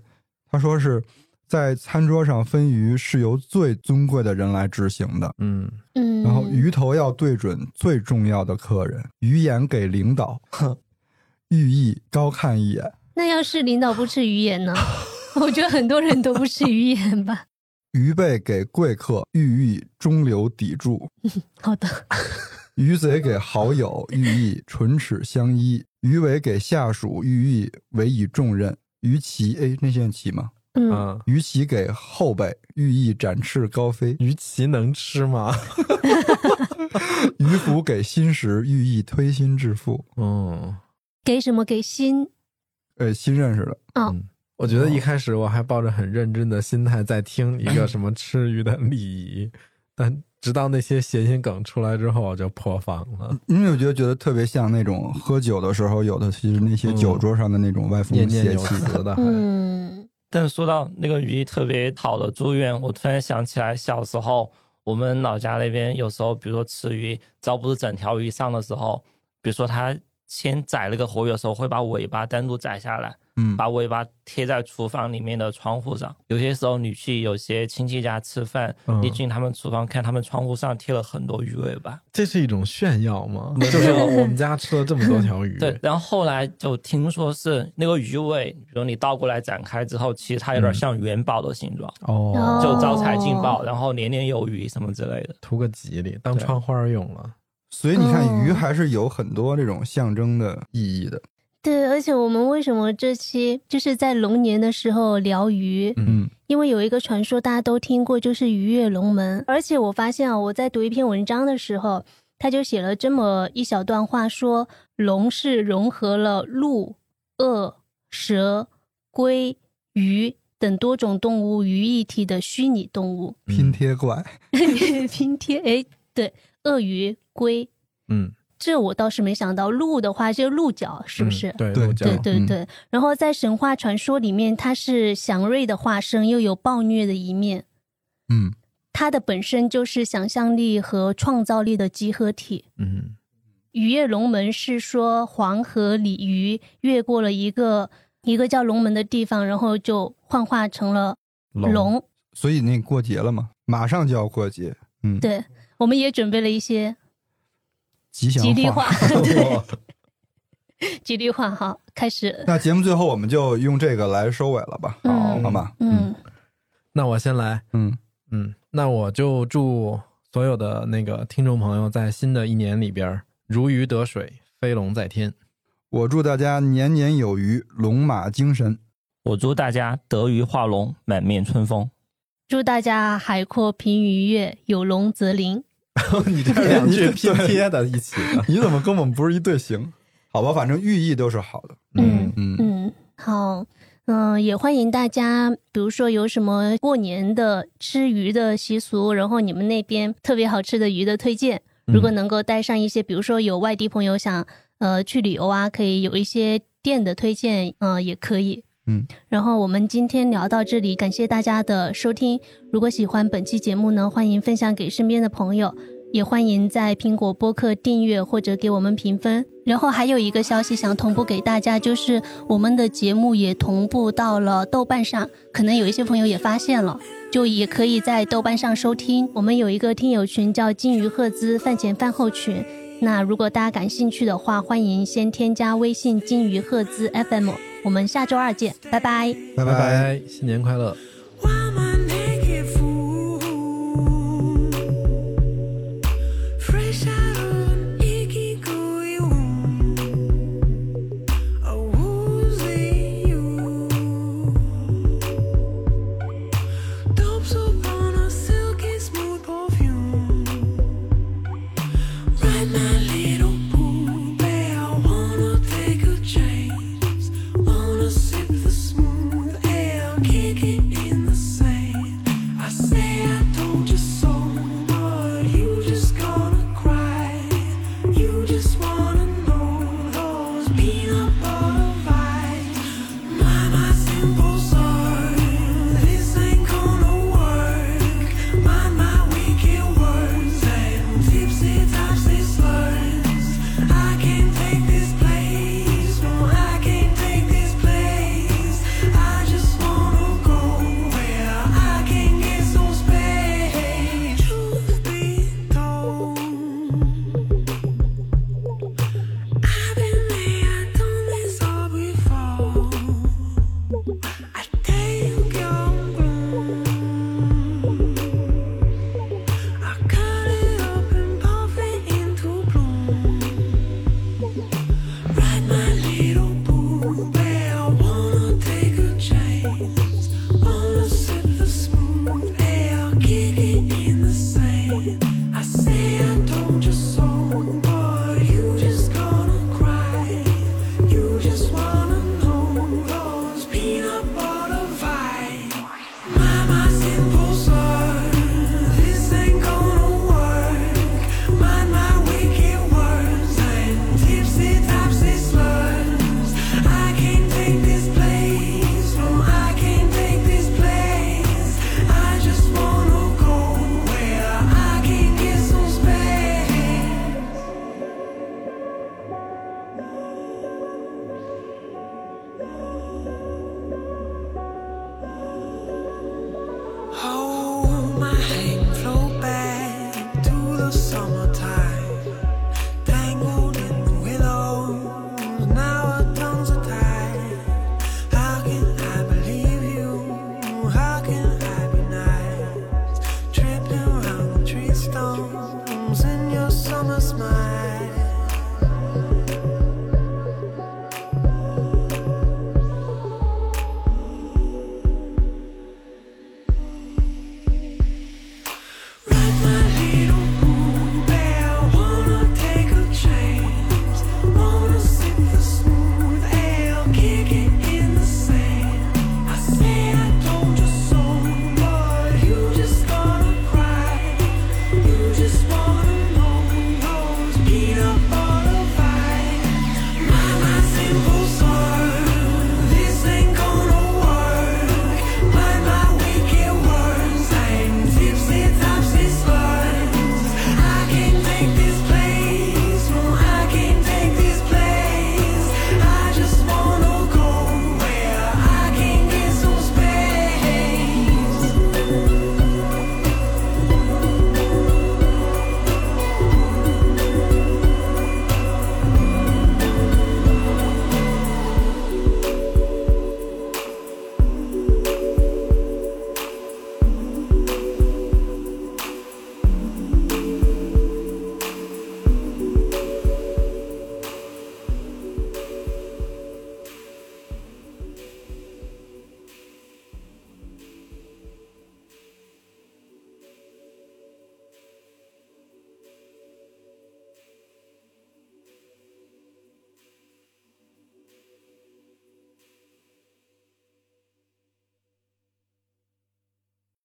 A: 他说是在餐桌上分鱼是由最尊贵的人来执行的，
C: 嗯，
B: 嗯，
A: 然后鱼头要对准最重要的客人，鱼眼给领导，寓意高看一眼。
B: 那要是领导不吃鱼眼呢？ *laughs* 我觉得很多人都不吃鱼眼吧。
A: 鱼背给贵客，寓意中流砥柱；
B: 好
C: 啊
B: 的，
A: 鱼嘴给好友，寓意唇齿相依；鱼尾给下属，寓意委以重任；鱼鳍，哎，那现在鳍吗？
B: 嗯，
C: 啊，
A: 鱼鳍给后辈，寓意展翅高飞；
C: 鱼鳍能吃吗？ *laughs*
A: 鱼腹给心时，寓意推心置腹。
C: 嗯，
B: 给什么给
C: *laughs*
B: 心？
A: 呃，新认识的，
B: 哦
C: 嗯我觉得一开始我还抱着很认真的心态在听一个什么吃鱼的礼仪，但直到那些谐音梗出来之后，我就破防了。
A: 因为我觉得觉得特别像那种喝酒的时候，有的其实那些
C: 嗯
A: 酒桌上的那种外风
C: 念念
A: 邪
C: 有
A: 气。
C: 词的，还
B: 嗯
D: 但是说到那个鱼特别讨的住院，我突然想起来小时候我们老家那边有时候，比如说吃鱼，只要不是整条鱼上的时候，比如说它先宰那个活鱼的时候，会把尾巴单独宰下来，
A: 嗯
D: 把尾巴贴在厨房里面的窗户上。有些时候你去有些亲戚家吃饭，
C: 嗯
D: 你进他们厨房看，他们窗户上贴了很多鱼尾巴。
C: 这是一种炫耀吗？
D: 没有
C: 就是我们家吃了这么多条鱼，
D: *laughs* 对，然后后来就听说是那个鱼尾，比如你倒过来展开之后，其实它
C: 嗯
D: 有点像元宝的形状，
C: 哦，
D: 就招财进
B: 哦
D: 宝，然后年年有余什么之类的。
C: 图个吉利，当窗花用了。
A: 所以你看，
B: 哦
A: 鱼还是有很多这种象征的意义的。
B: 对，而且我们为什么这期就是在龙年的时候聊鱼？
A: 嗯，
B: 因为有一个传说大家都听过，就是鱼跃龙门。而且我发现啊，我在读一篇文章的时候，他就写了这么一小段话说，龙是融合了鹿、鳄、蛇、龟、鱼等多种动物于一体的虚拟动物 *laughs*
A: 拼贴怪，
B: 拼贴。哎，对，鳄鱼、龟，
C: 嗯，
B: 这我倒是没想到。鹿的话就是鹿角，是不是？
C: 嗯对
A: 对
C: 鹿角
B: 对对
A: 嗯
B: 对，然后在神话传说里面，它是祥瑞的化身，又有暴虐的一面。
A: 嗯，
B: 它的本身就是想象力和创造力的集合体。
C: 嗯
B: 鱼跃龙门是说黄河鲤鱼越过了一个一个叫龙门的地方，然后就幻化成了龙。
A: 所以那过节了嘛，马上就要过节，嗯，
B: 对，我们也准备了一些
A: 吉祥
B: 吉利
A: 话
B: 话，对，吉利话哈，开始。
A: 那节目最后我们就用这个来收尾了吧？
B: 嗯
A: 好吧，
B: 嗯，
C: 那我先来，
A: 嗯，
C: 嗯，那我就祝所有的那个听众朋友在新的一年里边儿如鱼得水，飞龙在天。
A: 我祝大家年年有余，龙马精神。，
D: 我祝大家得鱼化龙，满面春风。
B: 祝大家海阔凭鱼跃，有龙则灵。
C: *laughs* 你这是两句拼贴的一起啊的
A: 你怎么跟我们不是一队形？好吧，反正寓意都是好的。
B: 嗯
A: 嗯，
B: 嗯，好，嗯、也欢迎大家，比如说有什么过年的吃鱼的习俗，然后你们那边特别好吃的鱼的推荐，
A: 嗯
B: 如果能够带上一些，比如说有外地朋友想呃去旅游啊，可以有一些店的推荐，嗯，也可以。
A: 嗯，
B: 然后我们今天聊到这里，感谢大家的收听。如果喜欢本期节目呢，欢迎分享给身边的朋友，也欢迎在苹果播客订阅或者给我们评分。然后还有一个消息想同步给大家，就是我们的节目也同步到了豆瓣上，可能有一些朋友也发现了，就也可以在豆瓣上收听。我们有一个听友群叫“金鱼赫兹饭前饭后群”。那如果大家感兴趣的话，欢迎先添加微信“金鱼赫兹 FM”。我们下周二见，拜拜。
A: 拜
C: 拜拜，新年快乐。